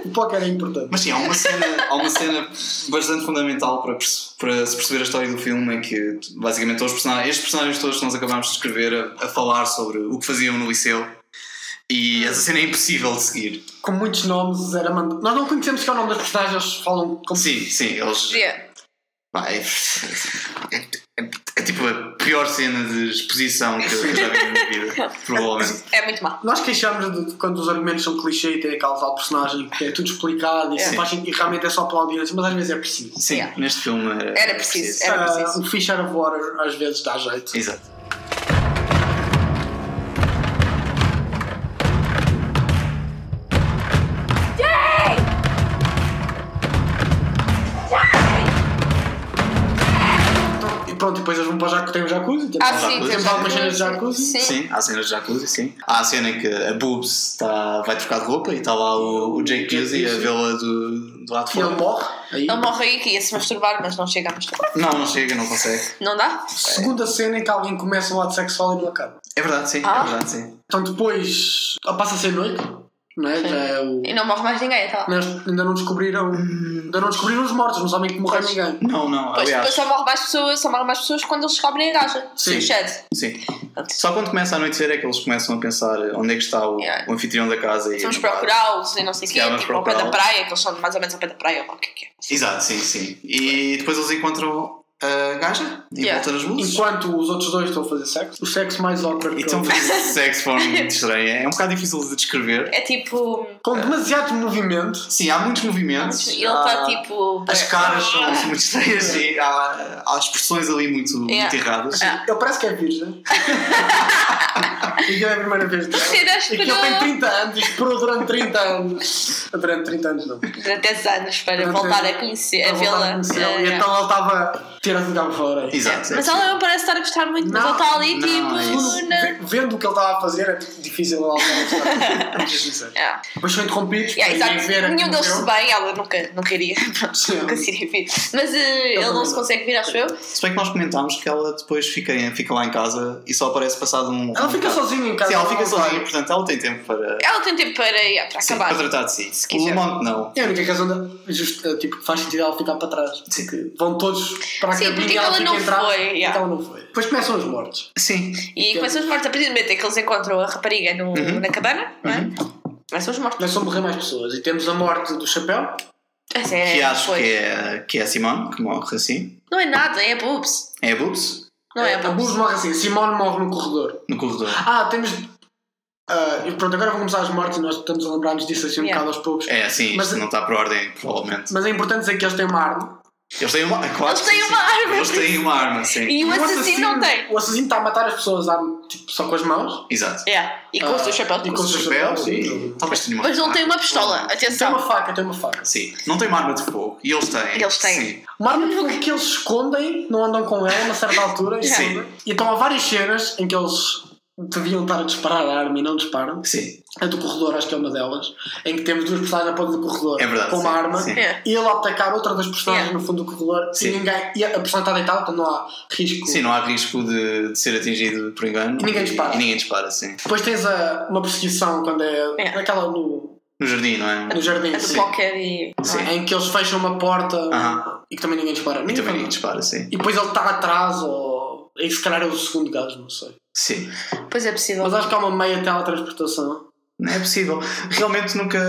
Speaker 3: o póquer é importante.
Speaker 1: Mas sim, há uma cena, há uma cena bastante fundamental para, perce- para se perceber a história do filme, é que basicamente todos os personagens, estes personagens todos que nós acabámos de escrever a, a falar sobre o que faziam no liceu e essa cena é impossível de seguir.
Speaker 3: com muitos nomes era mandado. Nós não conhecemos que é o nome das personagens, eles falam como
Speaker 1: Sim, sim, eles.
Speaker 2: Yeah.
Speaker 1: pá, é, é- é- é tipo a pior cena de exposição que eu já vi na minha vida, provavelmente.
Speaker 2: É muito mal.
Speaker 3: Nós queixamos de quando os argumentos são clichê e tem aquela tal personagem que é tudo explicado e,
Speaker 1: Sim.
Speaker 3: se faz, e realmente é só pela audiência, mas às vezes é preciso.
Speaker 1: Sim,
Speaker 2: Yeah.
Speaker 1: neste filme era,
Speaker 2: Era preciso, era
Speaker 3: Ah,
Speaker 2: É preciso.
Speaker 3: o fish out of water às vezes dá jeito.
Speaker 1: Exato.
Speaker 3: E pronto, e depois eles vão para o jacu, tem o jacuzzi, tem
Speaker 2: Ah,
Speaker 1: sim,
Speaker 3: temos
Speaker 1: temos
Speaker 3: algumas cenas de
Speaker 2: jacuzzi.
Speaker 3: jacuzzi.
Speaker 2: Sim.
Speaker 1: Sim, há cenas de jacuzzi, sim. Há a cena em que a Boobs tá, vai trocar de roupa e está lá o, o Jake Busey a vê-la do, do lado de
Speaker 3: E ele
Speaker 1: fora.
Speaker 3: morre. Aí.
Speaker 2: Ele morre aí que ia se masturbar, mas não chega a masturbar.
Speaker 1: Não, não chega, não consegue.
Speaker 2: Não dá?
Speaker 3: Segunda cena em que alguém começa um ato sexual e não acaba.
Speaker 1: É verdade, sim,
Speaker 2: Ah.
Speaker 1: é verdade, sim.
Speaker 3: Então depois ah, passa a ser noite, não é?
Speaker 2: Sim.
Speaker 3: Já é o.
Speaker 2: E não morre mais ninguém, tá?
Speaker 3: Nós ainda não descobriram. Ainda não descobriram os mortos, não sabem que morreu
Speaker 2: Pois.
Speaker 3: ninguém.
Speaker 1: Não, não,
Speaker 2: Pois depois
Speaker 1: aliás.
Speaker 2: só morre mais pessoas, só morre mais pessoas quando eles descobrem a gaja.
Speaker 1: Sim.
Speaker 2: Sim. Shed.
Speaker 1: Sim. Só quando começa a anoitecer é que eles começam a pensar onde é que está o,
Speaker 2: Yeah.
Speaker 1: o anfitrião da casa e.
Speaker 2: Vamos procurá-los e não sei o
Speaker 1: Se
Speaker 2: quê,
Speaker 1: calhar vamos
Speaker 2: tipo ao pé da
Speaker 1: procurá-los.
Speaker 2: praia, que eles são mais ou menos ao pé da praia, ou o que é que é.
Speaker 1: Exato, sim, sim. E depois eles encontram a gaja e
Speaker 2: Yeah.
Speaker 1: voltam nas luzes.
Speaker 3: Enquanto os outros dois estão a fazer sexo, o sexo mais
Speaker 1: E
Speaker 3: awkward. que
Speaker 1: estão a
Speaker 3: eu-
Speaker 1: fazer sexo de forma muito estranha. É um bocado difícil de descrever.
Speaker 2: É tipo.
Speaker 3: Com demasiado movimento.
Speaker 1: Sim, há muitos movimentos.
Speaker 2: Ele está
Speaker 1: há-
Speaker 2: tipo.
Speaker 1: As caras são, são muito estranhas e há, há expressões ali muito, muito
Speaker 2: Yeah.
Speaker 1: erradas.
Speaker 2: Ah.
Speaker 3: Ele parece que é virgem. e que é a primeira vez dele.
Speaker 2: Você não
Speaker 3: E que
Speaker 2: esperou
Speaker 3: ele tem 30 anos e esperou durante 30 anos. Ah, Durante 30 anos não.
Speaker 2: durante 10 anos para
Speaker 3: Durante-
Speaker 2: voltar a conhecer, a
Speaker 3: Para voltar a
Speaker 2: vê-la.
Speaker 3: conhecê-lo.
Speaker 2: Ah,
Speaker 3: E
Speaker 2: yeah.
Speaker 3: então ele estava tirando o cabo fora. E
Speaker 1: Exato. é.
Speaker 2: Mas ela não parece estar a gostar muito, mas
Speaker 3: Não,
Speaker 2: ele está ali
Speaker 1: não, é
Speaker 2: tipo.
Speaker 1: isso.
Speaker 2: na-
Speaker 3: ve- Vendo o que ele estava a fazer é difícil ele alcançar. Vamos dizer.
Speaker 2: Ah, Yeah.
Speaker 3: Depois são interrompidos.
Speaker 2: Yeah,
Speaker 3: para irem
Speaker 2: exato.
Speaker 3: ver a
Speaker 2: Nenhum deles se
Speaker 3: comer.
Speaker 2: bem, ela nunca, nunca iria, pronto,
Speaker 3: Sim.
Speaker 2: nunca se iria vir. Mas eh, ele não se consegue vir, acho eu.
Speaker 1: Se bem que nós comentámos que ela depois fica, em- fica lá em casa e só aparece passado um.
Speaker 3: Ela fica
Speaker 1: um bocado.
Speaker 3: sozinha em casa.
Speaker 1: Sim, ela fica
Speaker 3: não vai.
Speaker 1: sozinha, portanto ela tem tempo para,
Speaker 2: Ela tem tempo para, yeah, para
Speaker 1: sim,
Speaker 2: acabar.
Speaker 1: para tratar de si.
Speaker 2: Se
Speaker 1: o
Speaker 2: quiser.
Speaker 1: Lamont não.
Speaker 3: É a única razão da, justo, tipo, que faz sentido ela ficar para trás.
Speaker 1: Sim.
Speaker 3: Porque vão todos para a
Speaker 2: Sim,
Speaker 3: cabine
Speaker 2: porque
Speaker 3: e ela
Speaker 2: ela
Speaker 3: fica
Speaker 2: não
Speaker 3: em trás,
Speaker 2: foi, yeah.
Speaker 3: Então não foi. Depois começam os mortos.
Speaker 1: Sim.
Speaker 2: E começam os mortos a partir do momento em que eles encontram a rapariga no-
Speaker 1: Uhum.
Speaker 2: na cabana, não é? Começam os mortos.
Speaker 3: Começam a morrer mais pessoas. E temos a morte do chapéu.
Speaker 2: Essa é-
Speaker 1: que acho
Speaker 2: foi.
Speaker 1: que é, que é a Simone, que morre assim.
Speaker 2: Não é nada, é boobs.
Speaker 1: É a Boobs,
Speaker 2: Não é,
Speaker 3: a
Speaker 2: boobs.
Speaker 3: Bus morre assim. Simone morre no corredor.
Speaker 1: no corredor.
Speaker 3: Ah, temos. ah, e pronto, agora vão começar as mortes e nós estamos a lembrar-nos disso assim um
Speaker 2: Yeah.
Speaker 3: bocado aos poucos.
Speaker 1: É assim,
Speaker 3: Mas-
Speaker 1: isto não está por ordem, provavelmente.
Speaker 3: Mas é importante dizer que eles têm uma arma.
Speaker 1: Eles têm uma, claro,
Speaker 2: Eles têm
Speaker 1: sim,
Speaker 2: uma
Speaker 1: sim.
Speaker 2: arma.
Speaker 1: Eles têm uma arma, sim.
Speaker 2: E um o
Speaker 3: O
Speaker 2: assassino não tem.
Speaker 3: O assassino está a matar as pessoas à- tipo, só com as mãos.
Speaker 1: Exato.
Speaker 2: É, e com os
Speaker 3: Ah,
Speaker 2: seus chapéus.
Speaker 3: e com
Speaker 1: Com
Speaker 3: os seus
Speaker 1: chapéu,
Speaker 3: chapéus,
Speaker 1: sim.
Speaker 3: sim.
Speaker 1: Talvez tenha uma
Speaker 2: Mas não tem uma
Speaker 1: faca.
Speaker 2: pistola,
Speaker 3: Tem uma
Speaker 2: atenção.
Speaker 3: faca, tem uma faca.
Speaker 1: Sim. Não tem uma arma de fogo. E eles têm.
Speaker 2: Eles têm.
Speaker 1: Sim.
Speaker 3: Uma arma de fogo que eles escondem, não andam com ela a uma certa altura. e
Speaker 1: Sim.
Speaker 3: escondem. E então há várias cenas em que eles deviam estar a disparar a arma e não disparam.
Speaker 1: Sim.
Speaker 3: A do corredor, acho que é uma delas, em que temos duas personagens na ponta do corredor
Speaker 1: É verdade,
Speaker 3: com uma
Speaker 1: sim,
Speaker 3: arma
Speaker 1: sim.
Speaker 2: É.
Speaker 3: e ele a atacar outra das personagens
Speaker 2: Yeah.
Speaker 3: no fundo do corredor
Speaker 1: Sim.
Speaker 3: e, ninguém, e a personagem está deitada, então não há risco.
Speaker 1: Sim, não há risco de, de ser atingido por engano.
Speaker 3: E ninguém dispara.
Speaker 1: E ninguém dispara, sim.
Speaker 3: Depois tens a, uma perseguição quando é
Speaker 2: Yeah.
Speaker 3: naquela no,
Speaker 1: No jardim, não é?
Speaker 3: no jardim
Speaker 2: É do
Speaker 3: sim,
Speaker 2: póquer e. não é?
Speaker 3: em que eles fecham uma porta
Speaker 1: Aham.
Speaker 3: e que também ninguém dispara.
Speaker 1: E
Speaker 3: Ninguém
Speaker 1: também ninguém
Speaker 3: dispara.
Speaker 1: dispara, sim.
Speaker 3: E depois ele está atrás ou. E se calhar é o segundo gajo, não sei.
Speaker 1: Sim.
Speaker 2: Pois é possível.
Speaker 3: Mas acho que há uma meia teletransportação.
Speaker 1: Não é possível. Realmente nunca.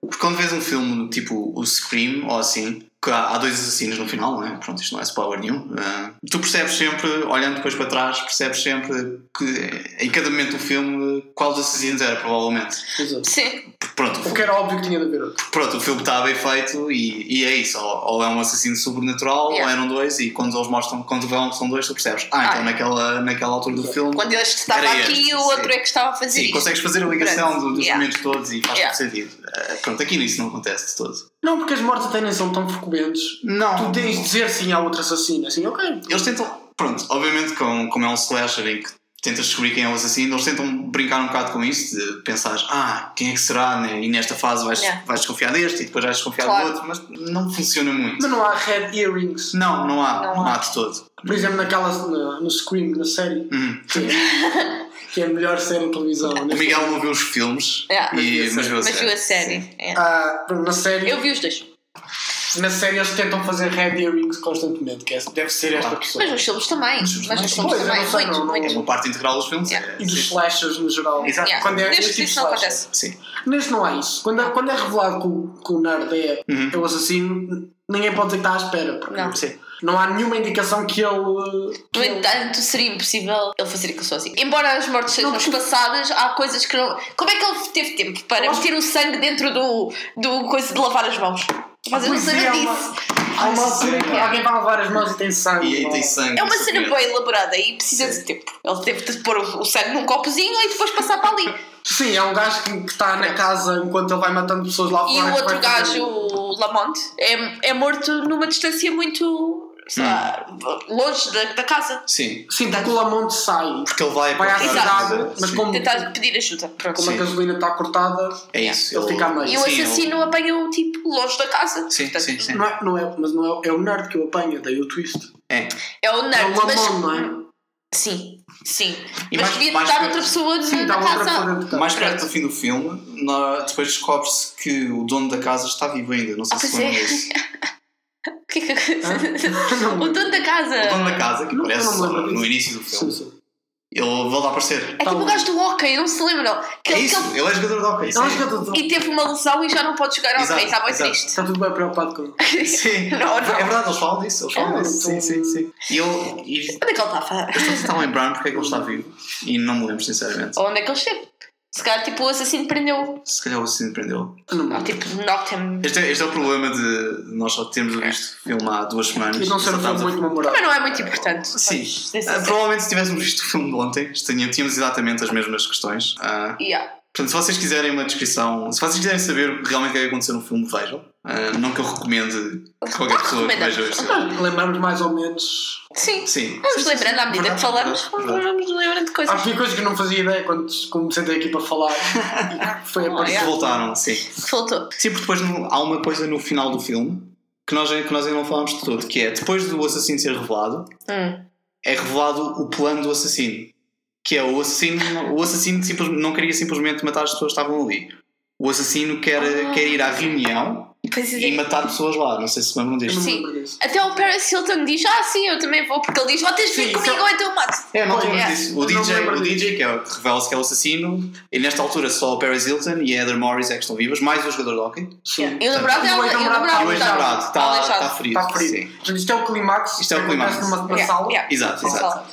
Speaker 1: Porque quando vês um filme tipo o Scream ou assim, que há, há dois assassinos no final, não é? Pronto, isto não é spoiler nenhum. ah, tu percebes sempre, olhando depois para trás, percebes sempre que em cada momento do filme qual dos assassinos era, provavelmente.
Speaker 3: Exato.
Speaker 2: Sim,
Speaker 1: Porque Pronto, o
Speaker 3: O que
Speaker 1: filme,
Speaker 3: era óbvio que tinha de haver outro.
Speaker 1: pronto, o filme está bem feito e, e é isso. Ou, ou é um assassino sobrenatural,
Speaker 2: Yeah.
Speaker 1: ou eram dois, e quando eles mostram, quando vão, são dois, tu percebes. Ah, então
Speaker 2: Ah.
Speaker 1: naquela, naquela altura do filme.
Speaker 2: Quando este estava
Speaker 1: Era
Speaker 2: aqui
Speaker 1: este,
Speaker 2: o outro
Speaker 1: sim.
Speaker 2: é que estava a fazer
Speaker 1: Sim,
Speaker 2: isto.
Speaker 1: consegues fazer a ligação
Speaker 2: Pronto,
Speaker 1: do- dos
Speaker 2: yeah.
Speaker 1: momentos todos e faz
Speaker 2: Yeah.
Speaker 1: todo sentido. Eh, pronto, aqui nisso não acontece de todo.
Speaker 3: Não, porque as mortes até nem são tão frequentes.
Speaker 1: Não,
Speaker 3: Tu tens de dizer sim a outro assassino, assim, ok.
Speaker 1: eles tentam, pronto, obviamente com, como é um slasher em que tentas descobrir quem é o assassino, eles tentam brincar um bocado com isso, de pensar, ah, quem é que será, né? e nesta fase vais,
Speaker 2: Yeah.
Speaker 1: vais desconfiar deste e depois vais desconfiar
Speaker 2: Claro.
Speaker 1: do outro, mas não funciona muito.
Speaker 3: Mas não há red earrings.
Speaker 1: Não, não há,
Speaker 2: Não
Speaker 1: não,
Speaker 2: há.
Speaker 1: há. de todo.
Speaker 3: Por exemplo, naquela, na- no Scream, na série,
Speaker 1: Hum.
Speaker 3: que é, que é a melhor série de televisão.
Speaker 1: O
Speaker 3: Né?
Speaker 1: Miguel não viu os filmes,
Speaker 2: Yeah.
Speaker 1: e, mas viu a
Speaker 2: É. Mas viu a
Speaker 1: série. Sim.
Speaker 2: série. É.
Speaker 3: Ah, pronto, na série,
Speaker 2: Eu vi os dois.
Speaker 3: na série eles tentam fazer red earrings constantemente, que é, deve ser esta pessoa.
Speaker 2: Mas nos filmes também.
Speaker 1: filmes
Speaker 2: Mas nos
Speaker 1: também.
Speaker 2: filmes
Speaker 3: Pois, eu
Speaker 2: também.
Speaker 3: não sei,
Speaker 2: Muito,
Speaker 3: não- não-
Speaker 1: É
Speaker 2: muito.
Speaker 1: uma parte integral dos filmes.
Speaker 2: Yeah.
Speaker 1: é,
Speaker 3: E dos
Speaker 1: sim.
Speaker 3: slashers no geral.
Speaker 1: Exato.
Speaker 2: Yeah.
Speaker 3: Quando é
Speaker 2: Desde
Speaker 3: este
Speaker 2: que
Speaker 3: tipo de
Speaker 2: isso não
Speaker 3: slasher.
Speaker 2: acontece.
Speaker 1: Sim.
Speaker 3: Neste não há isso. Quando é, quando é revelado que o, que o nerd é,
Speaker 1: Uhum.
Speaker 3: é o assassino, ninguém pode dizer que está à espera. Porque
Speaker 2: Não.
Speaker 1: Sim.
Speaker 3: não há nenhuma indicação que ele. que
Speaker 2: No
Speaker 3: ele-
Speaker 2: entanto, seria impossível ele fazer aquilo sozinho. Embora as mortes sejam espaçadas, há coisas que não. Como é que ele teve tempo para meter o sangue dentro do, do coisa de lavar as mãos? Mas eu não
Speaker 3: Pois é,
Speaker 2: sabia
Speaker 3: há uma-
Speaker 2: disso.
Speaker 3: Há uma
Speaker 1: Ai,
Speaker 3: altura em que
Speaker 1: sério?
Speaker 3: alguém vai lavar as mãos e tem sangue.
Speaker 1: E aí tem
Speaker 3: Ou-
Speaker 1: sangue.
Speaker 2: É uma
Speaker 1: isso
Speaker 2: cena
Speaker 1: mesmo.
Speaker 2: bem elaborada e precisa de tempo. Ele teve de pôr o o sangue num copozinho e depois passar para ali.
Speaker 3: Sim, é um gajo que que está na casa enquanto ele vai matando pessoas lá
Speaker 2: E
Speaker 3: fora.
Speaker 2: o
Speaker 3: é que
Speaker 2: outro
Speaker 3: vai fazer-
Speaker 2: gajo, o Lamonte, é, é morto numa distância muito. sei lá, longe da, da casa.
Speaker 1: Sim.
Speaker 3: Sim, porque o Lamonte sai.
Speaker 1: Porque ele vai
Speaker 3: Vai à
Speaker 1: procurar-
Speaker 3: cidade, mas
Speaker 1: Sim.
Speaker 3: como,
Speaker 2: Tentar pedir ajuda. Pronto.
Speaker 3: como a
Speaker 1: Sim.
Speaker 3: gasolina está cortada,
Speaker 1: É isso.
Speaker 3: Ele fica a meio.
Speaker 2: E o
Speaker 1: Sim, ele-
Speaker 2: assassino apanha o tipo longe da casa.
Speaker 1: Sim,
Speaker 2: Portanto,
Speaker 1: sim, sim.
Speaker 3: não é, não é, mas não é, é o nerd que o apanha, daí o twist.
Speaker 1: É.
Speaker 2: É o
Speaker 3: É
Speaker 2: nerd,
Speaker 3: o Lamont,
Speaker 2: mas.
Speaker 3: não é?
Speaker 2: Sim, sim.
Speaker 1: E
Speaker 2: mas
Speaker 1: mais-
Speaker 2: devia
Speaker 1: mais
Speaker 2: estar
Speaker 1: que-
Speaker 2: outra pessoa de,
Speaker 3: Sim, dá
Speaker 2: na
Speaker 3: outra pessoa
Speaker 2: casa.
Speaker 3: dentro de casa.
Speaker 1: Mais perto do fim do filme, na- depois descobre-se que o dono da casa está vivo ainda. Não sei
Speaker 2: Ah,
Speaker 1: se
Speaker 2: pois
Speaker 1: lembram
Speaker 2: é.
Speaker 1: disso.
Speaker 2: Que- que- que-
Speaker 3: Hã?
Speaker 2: o dono da casa.
Speaker 1: O dono da casa, que
Speaker 3: Não,
Speaker 1: aparece
Speaker 3: eu não me lembro
Speaker 1: no
Speaker 3: disso.
Speaker 1: início do
Speaker 3: Sim,
Speaker 1: filme,
Speaker 3: sim.
Speaker 1: ele volta a aparecer.
Speaker 2: É tipo o gajo do hockey, não se lembram. Que
Speaker 1: É
Speaker 2: ele-
Speaker 1: isso,
Speaker 2: que
Speaker 1: ele é jogador de hockey.
Speaker 3: Então,
Speaker 1: sim.
Speaker 3: acho que eu tô-
Speaker 2: ele- E teve uma lesão e já não pode jogar hockey, tá
Speaker 1: Exato,
Speaker 2: está bem
Speaker 1: exato.
Speaker 2: triste.
Speaker 3: Está tudo bem preocupado com ele.
Speaker 1: Sim,
Speaker 2: Não, não.
Speaker 1: é verdade, eles falam disso. Eles falam
Speaker 3: Ah,
Speaker 1: disso.
Speaker 3: então-
Speaker 1: Sim, sim, sim. E eu, e-
Speaker 2: Onde é que ele estava?
Speaker 1: eu estou a tentar lembrar-me porque é que ele está vivo e não me lembro, sinceramente.
Speaker 2: Ou onde é que ele esteve? Se calhar, tipo, o assassino prendeu.
Speaker 1: Se calhar o assassino prendeu.
Speaker 3: Não,
Speaker 2: Ou tipo, knocked him.
Speaker 1: Este é, este é o problema de nós só termos visto o filme há duas
Speaker 2: tá
Speaker 1: semanas.
Speaker 3: E não
Speaker 1: e
Speaker 3: ser
Speaker 1: só
Speaker 3: um filme
Speaker 1: estamos a-
Speaker 3: muito memorável.
Speaker 2: Mas não é muito importante.
Speaker 1: Sim.
Speaker 2: Pois, desse-
Speaker 1: Ah, provavelmente se tivéssemos visto o filme de ontem, tinha- tínhamos exatamente as mesmas questões. Ah,
Speaker 2: Yeah.
Speaker 1: portanto, se vocês quiserem uma descrição, se vocês quiserem saber realmente o que é que aconteceu no filme, vejam. Ah, não que eu recomende que qualquer pessoa que veja este filme.
Speaker 3: Ah, Lembramos mais ou menos.
Speaker 2: Sim.
Speaker 1: Sim.
Speaker 2: Vamos lembrando à medida que
Speaker 1: Verdade,
Speaker 2: falamos,
Speaker 1: verdade,
Speaker 2: vamos
Speaker 1: verdade. Ah.
Speaker 2: vamos lembrando de coisas.
Speaker 3: Acho que coisas que eu não fazia ideia quando quando sentei aqui para falar. e Foi a
Speaker 2: Oh,
Speaker 3: parte
Speaker 2: yeah.
Speaker 1: Voltaram, sim.
Speaker 2: Faltou.
Speaker 1: Sim, porque depois no- há uma coisa no final do filme que nós, que nós ainda não falámos de todo, que é depois do assassino ser revelado,
Speaker 2: Hum.
Speaker 1: é revelado o plano do assassino. Que é o assassino, o assassino simples, não queria simplesmente matar as pessoas que estavam ali. O assassino quer,
Speaker 2: Ah.
Speaker 1: quer ir à reunião
Speaker 2: Pois
Speaker 1: e
Speaker 2: é.
Speaker 1: matar pessoas lá. Não sei se se lembram
Speaker 3: Eu não
Speaker 1: disto.
Speaker 3: me
Speaker 2: Sim.
Speaker 3: lembro disso.
Speaker 2: Até o Paris Hilton diz: Ah, sim, eu também vou, porque ele diz: Oh, tens de vir
Speaker 3: Sim,
Speaker 2: comigo
Speaker 3: então-
Speaker 2: ou então mato.
Speaker 1: É, não
Speaker 3: Pois,
Speaker 1: te lembro
Speaker 2: é.
Speaker 1: disso. O
Speaker 3: Eu não me
Speaker 1: DJ,
Speaker 3: lembro
Speaker 1: o DJ que, é, o que revela-se que é o assassino, e nesta altura só o Paris Hilton e a Heather Morris é que estão vivas, mais o jogador de hockey.
Speaker 3: Sim.
Speaker 2: E o namorado é
Speaker 3: E o
Speaker 2: o e o
Speaker 3: ex-namorado-
Speaker 1: E
Speaker 2: namorado
Speaker 1: o ex-namorado então
Speaker 2: está
Speaker 1: está
Speaker 2: aleijado.
Speaker 1: tá ferido.
Speaker 3: Está frio.
Speaker 1: Sim.
Speaker 3: Portanto, isto é o clímax.
Speaker 1: Isto é o
Speaker 3: que acontece
Speaker 1: clímax.
Speaker 3: numa, numa
Speaker 2: Yeah,
Speaker 3: sala.
Speaker 2: yeah.
Speaker 1: Exato,
Speaker 2: Uma
Speaker 1: exato.
Speaker 2: sala.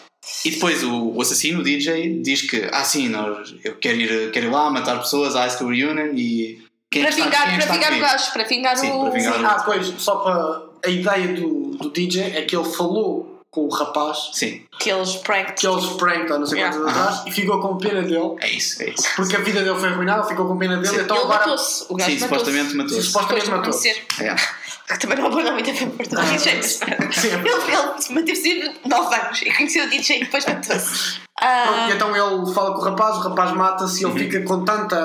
Speaker 1: E depois o, o assassino, o DJ, diz que ah sim, nós, eu quero ir, quero ir lá matar pessoas à High School Reunion e quem é
Speaker 2: Para
Speaker 1: que está- quem
Speaker 2: vingar,
Speaker 1: é que
Speaker 2: para
Speaker 1: está
Speaker 2: vingar o
Speaker 1: comigo?
Speaker 2: gajo, para vingar
Speaker 1: Sim,
Speaker 2: o.
Speaker 1: para vingar
Speaker 2: Sim.
Speaker 1: o-
Speaker 3: Ah, pois, só para. A ideia do, do DJ é que ele falou com o rapaz
Speaker 1: Sim,
Speaker 2: Que eles pranked.
Speaker 3: que é eles pranked há tá, não sei
Speaker 2: Yeah.
Speaker 3: quantos anos atrás e ficou com pena dele
Speaker 1: é isso, é isso.
Speaker 3: porque a vida dele foi arruinada, ficou com pena dele.
Speaker 1: Sim.
Speaker 3: Então
Speaker 2: ele
Speaker 3: agora.
Speaker 2: matou-se. O gajo
Speaker 1: Sim, supostamente matou-se.
Speaker 2: matou-se.
Speaker 3: Supostamente
Speaker 2: Depois de
Speaker 3: matou.
Speaker 2: conhecer.
Speaker 1: É.
Speaker 2: Que também não abordou muito a favor do DJ, mas pronto.
Speaker 3: Sim.
Speaker 2: Ele, ele manteve-se 9 anos e conheceu o DJ e depois matou-se.
Speaker 3: Pronto, e
Speaker 2: Ah,
Speaker 3: então ele fala com o rapaz, o rapaz mata-se e ele fica com tanta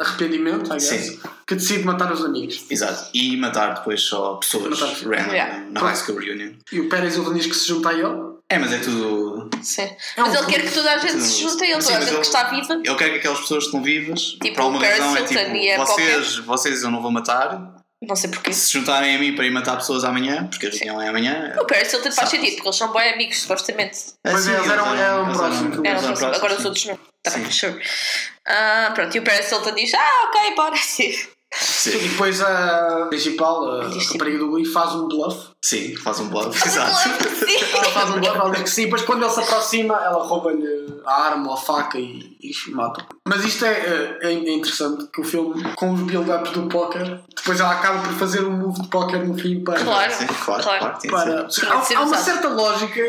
Speaker 3: arrependimento, I guess,
Speaker 1: Sim.
Speaker 3: que decide matar os amigos.
Speaker 1: Exato. E matar depois só pessoas
Speaker 3: Matar pessoas.
Speaker 1: random
Speaker 2: Yeah.
Speaker 1: na High School Reunion.
Speaker 3: E o Pérez ele diz que se junta a ele.
Speaker 1: É, mas é tudo.
Speaker 2: sim.
Speaker 3: É um
Speaker 2: Mas ele
Speaker 3: pouco-
Speaker 2: quer que toda a gente se junte a ele,
Speaker 1: Sim,
Speaker 2: toda a
Speaker 1: mas
Speaker 2: gente que
Speaker 1: ele-
Speaker 2: está viva.
Speaker 1: Eu quero que aquelas pessoas que estão vivas,
Speaker 2: Tipo,
Speaker 1: por alguma
Speaker 2: o Paris
Speaker 1: razão, é
Speaker 2: Hilton e a
Speaker 1: tipo, vocês, vocês eu não vou matar,
Speaker 2: Não sei porquê.
Speaker 1: se juntarem a mim para ir matar pessoas amanhã, porque a reunião é amanhã.
Speaker 2: O Paris Hilton faz
Speaker 1: Sabe.
Speaker 2: sentido, porque eles são bons amigos, supostamente.
Speaker 3: Mas é, eles eram- eram
Speaker 1: eles
Speaker 3: próximos.
Speaker 1: eles
Speaker 2: Eram
Speaker 1: eram
Speaker 2: só- agora os
Speaker 1: sim.
Speaker 2: outros não. Tá bem,
Speaker 1: Sim.
Speaker 2: sure. Ah, pronto, e o Paris Hilton diz: Ah, ok, bora. Sim.
Speaker 1: Sim.
Speaker 3: E depois a principal, a
Speaker 2: Diz sim.
Speaker 3: rapariga do Glee, faz um bluff.
Speaker 1: Sim, faz um blog.
Speaker 2: Mas aquilo
Speaker 1: Exato.
Speaker 2: é
Speaker 3: Ela
Speaker 2: possível.
Speaker 3: faz um bluff, ela diz que sim, depois quando ele se aproxima, ela rouba-lhe a arma ou a faca e, e mata. Mas isto é, eh, é, é interessante, que o filme, com os build-ups do póquer, depois ela acaba por fazer um move de póquer no fim para...
Speaker 2: Claro,
Speaker 1: Sim, claro,
Speaker 2: claro.
Speaker 1: claro, sim, sim.
Speaker 3: para-
Speaker 2: Sim, sim,
Speaker 3: há, há uma
Speaker 2: usado.
Speaker 3: certa lógica,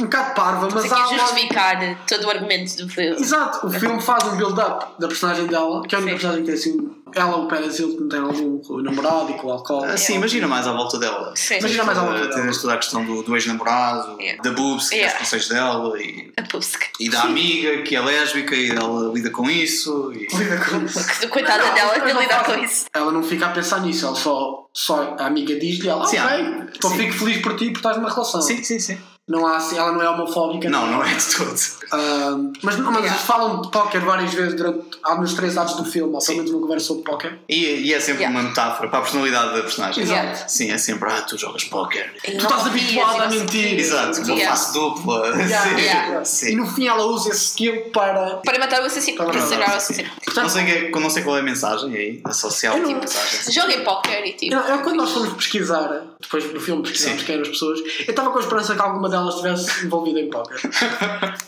Speaker 3: um bocado parva,
Speaker 1: Então
Speaker 3: mas
Speaker 2: Tem
Speaker 3: há
Speaker 2: que
Speaker 3: uma...
Speaker 2: justificar todo o argumento do filme.
Speaker 3: Exato, o filme faz um build-up da personagem dela, que é a única
Speaker 2: Sim.
Speaker 3: personagem que tem assim. Ela, o Pérez Hilton, tem algum com o namorado e com o álcool.
Speaker 1: Ah, Sim, imagina mais à volta dela.
Speaker 2: É. Sim.
Speaker 3: Imagina mais à volta
Speaker 1: Tens
Speaker 3: dela.
Speaker 1: Tens toda a questão do, do ex-namorado,
Speaker 2: Yeah.
Speaker 1: da boobs, que é
Speaker 2: Yeah.
Speaker 1: os conselhos dela, e,
Speaker 2: A Pusk.
Speaker 1: e da amiga que é lésbica e ela lida com isso. E...
Speaker 3: Lida com isso.
Speaker 2: Que coitada
Speaker 3: Não,
Speaker 2: dela
Speaker 3: mas
Speaker 2: de
Speaker 3: não
Speaker 2: lidar
Speaker 3: faz-
Speaker 2: com isso.
Speaker 3: Ela não fica a pensar nisso, ela só, só a amiga diz-lhe, ela,
Speaker 1: Sim,
Speaker 3: ok,
Speaker 1: ela-
Speaker 3: então
Speaker 1: sim.
Speaker 3: fico feliz por ti por estás numa relação.
Speaker 1: Sim, sim, sim.
Speaker 3: Não há, assim- ela não é homofóbica.
Speaker 1: Não, não é de todo.
Speaker 3: Ah, mas não, mas eles falam de póquer várias vezes durante há nos três atos do filme, ou
Speaker 1: Sim.
Speaker 3: pelo menos uma conversa sobre póquer.
Speaker 1: E, e é sempre
Speaker 2: Yeah.
Speaker 1: uma metáfora para a personalidade da personagem.
Speaker 3: Exato.
Speaker 2: Yeah.
Speaker 1: Sim, é sempre, ah, tu jogas póquer.
Speaker 2: Tu
Speaker 3: estás habituado
Speaker 2: tipo
Speaker 3: a
Speaker 2: assim.
Speaker 3: mentir.
Speaker 1: Exato, uma
Speaker 2: Yeah.
Speaker 1: face dupla.
Speaker 3: Yeah,
Speaker 1: Sim,
Speaker 2: yeah.
Speaker 1: sim.
Speaker 3: E no fim ela usa esse skill para.
Speaker 2: Para matar o assassino.
Speaker 3: Para
Speaker 2: Para
Speaker 3: matar o
Speaker 2: matar o assassino. Tipo,
Speaker 1: não, sei que é- não sei qual é a mensagem aí, associada
Speaker 3: Eu não-
Speaker 1: à tipo mensagem.
Speaker 2: Joguem póquer e tipo.
Speaker 3: Eu, eu, quando é nós fomos pesquisar, depois do filme pesquisámos
Speaker 1: Sim.
Speaker 3: quem eram as pessoas, eu estava com a esperança que alguma delas estivesse envolvida em póquer.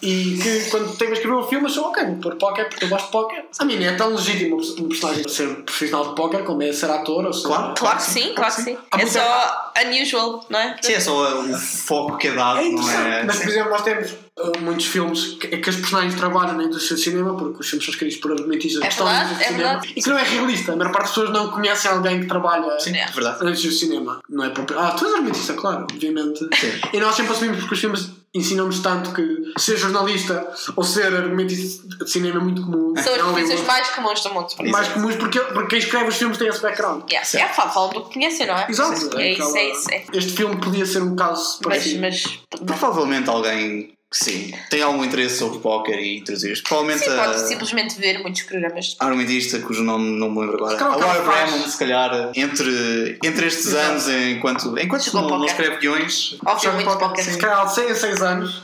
Speaker 3: e que quando tenho a escrever um filme, achou, ok, vou pôr póquer porque eu gosto de póquer. A mim é tão legítimo um personagem ser profissional de póquer como é ser ator ou ser.
Speaker 1: Claro.
Speaker 2: Claro que sim, claro que sim.
Speaker 3: Há
Speaker 2: É
Speaker 3: muita-
Speaker 2: só unusual, não é?
Speaker 1: Sim, é só o foco que é dado,
Speaker 3: É
Speaker 1: não
Speaker 3: interessante,
Speaker 1: é?
Speaker 3: mas
Speaker 1: Sim.
Speaker 3: por exemplo, nós temos uh, muitos filmes que, que os personagens trabalham na indústria do cinema, porque os filmes são escritos por argumentistas
Speaker 2: É
Speaker 3: que estão na
Speaker 2: verdade, é
Speaker 3: indústria do cinema,
Speaker 2: verdade.
Speaker 3: e que não é realista. A maior parte das pessoas não conhecem alguém que trabalha
Speaker 1: Sim, é verdade.
Speaker 3: Antes do cinema, não é próprio. Ah, tu és argumentista, claro, obviamente.
Speaker 1: Sim.
Speaker 3: E nós sempre assumimos porque os filmes ensinam-nos tanto que ser jornalista ou ser argumentista de cinema é muito comum.
Speaker 2: São
Speaker 3: É
Speaker 2: as
Speaker 3: um
Speaker 2: profissões
Speaker 3: livro.
Speaker 2: mais comuns do mundo.
Speaker 3: mais
Speaker 1: Exato.
Speaker 3: comuns porque, porque quem escreve os filmes tem esse background.
Speaker 2: Yeah. É, fala, falam do que conhecem, não é?
Speaker 3: Exato.
Speaker 2: É isso, é
Speaker 3: aquela-
Speaker 2: isso. É.
Speaker 3: Este filme podia ser um caso
Speaker 2: Mas,
Speaker 3: parecido.
Speaker 2: mas não.
Speaker 1: Provavelmente alguém que sim, tem algum interesse sobre póquer e introduzir. Provavelmente
Speaker 2: Sim, pode
Speaker 1: a
Speaker 2: simplesmente ver muitos
Speaker 3: eh,
Speaker 2: programas.
Speaker 1: argumentista, cujo nome não me lembro agora.
Speaker 3: Claro que
Speaker 1: a Laura
Speaker 3: ela faz.
Speaker 1: Bremon, se calhar, entre, entre estes
Speaker 3: Exato.
Speaker 1: anos, enquanto, enquanto
Speaker 2: Chegou
Speaker 1: não,
Speaker 2: ao
Speaker 1: não
Speaker 2: póquer.
Speaker 1: escreve guiões.
Speaker 2: Óbvio,
Speaker 3: Joga
Speaker 2: muito
Speaker 3: póquer. Se
Speaker 2: póquer.
Speaker 3: calhar 6 a 6 anos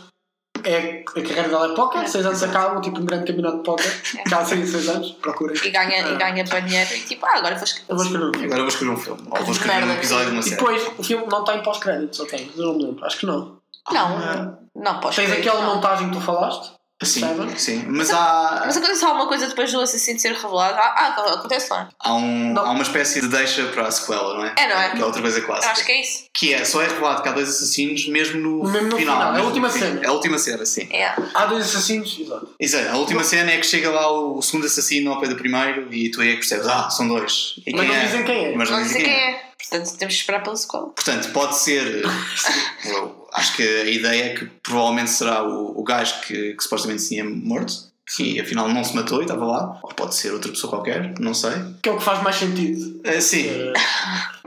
Speaker 3: é a carreira dela é póquer, 6 anos acabam, tipo um grande campeonato de
Speaker 2: É.
Speaker 3: póquer, que há 6 a 6 anos, procurem.
Speaker 2: E ganha, e ganha banheiro e tipo, ah, agora vou
Speaker 3: Ah. Eu vou
Speaker 2: escrever.
Speaker 3: escrever um filme.
Speaker 1: Agora vou escrever um filme. Ou vou escrever um
Speaker 2: Merda.
Speaker 1: episódio de uma
Speaker 3: E
Speaker 1: série.
Speaker 3: depois o filme não tem pós-créditos, ok? Eu não me lembro, acho que não. Ah.
Speaker 2: Não, não posso.
Speaker 3: Tens
Speaker 2: escrever,
Speaker 3: aquela
Speaker 2: não.
Speaker 3: montagem que tu falaste,
Speaker 1: Sim,
Speaker 3: Seven.
Speaker 1: sim.
Speaker 3: é-
Speaker 1: Mas há,
Speaker 2: Mas acontece alguma coisa depois do assassino ser revelado? Ah, ah, acontece lá.
Speaker 1: há, um-
Speaker 3: é- Não.
Speaker 1: há uma espécie de deixa para a sequela, não é?
Speaker 2: É, não é?
Speaker 1: Que é outra coisa
Speaker 2: Eu
Speaker 1: clássica.
Speaker 2: acho que é isso.
Speaker 1: Que é, só é revelado que há dois assassinos mesmo no,
Speaker 3: Mesmo no final, é a
Speaker 1: mesmo
Speaker 3: última
Speaker 1: no fim.
Speaker 3: cena.
Speaker 1: É a última cena, sim.
Speaker 2: É.
Speaker 3: há dois assassinos, exato.
Speaker 1: Exato, a última cena é que chega lá o, o segundo assassino ao pé do primeiro e tu aí é que percebes, ah, são dois. E
Speaker 3: Mas não dizem quem é.
Speaker 1: Mas
Speaker 2: Não sei quem é. Portanto, temos de esperar pela sequela.
Speaker 1: Portanto, pode ser. eu acho que a ideia é que provavelmente será o, o gajo que, que supostamente tinha morto. E afinal não se matou e estava lá. Ou pode ser outra pessoa qualquer, não sei.
Speaker 3: Que é o que faz mais sentido.
Speaker 1: Ah, sim.
Speaker 3: Eh,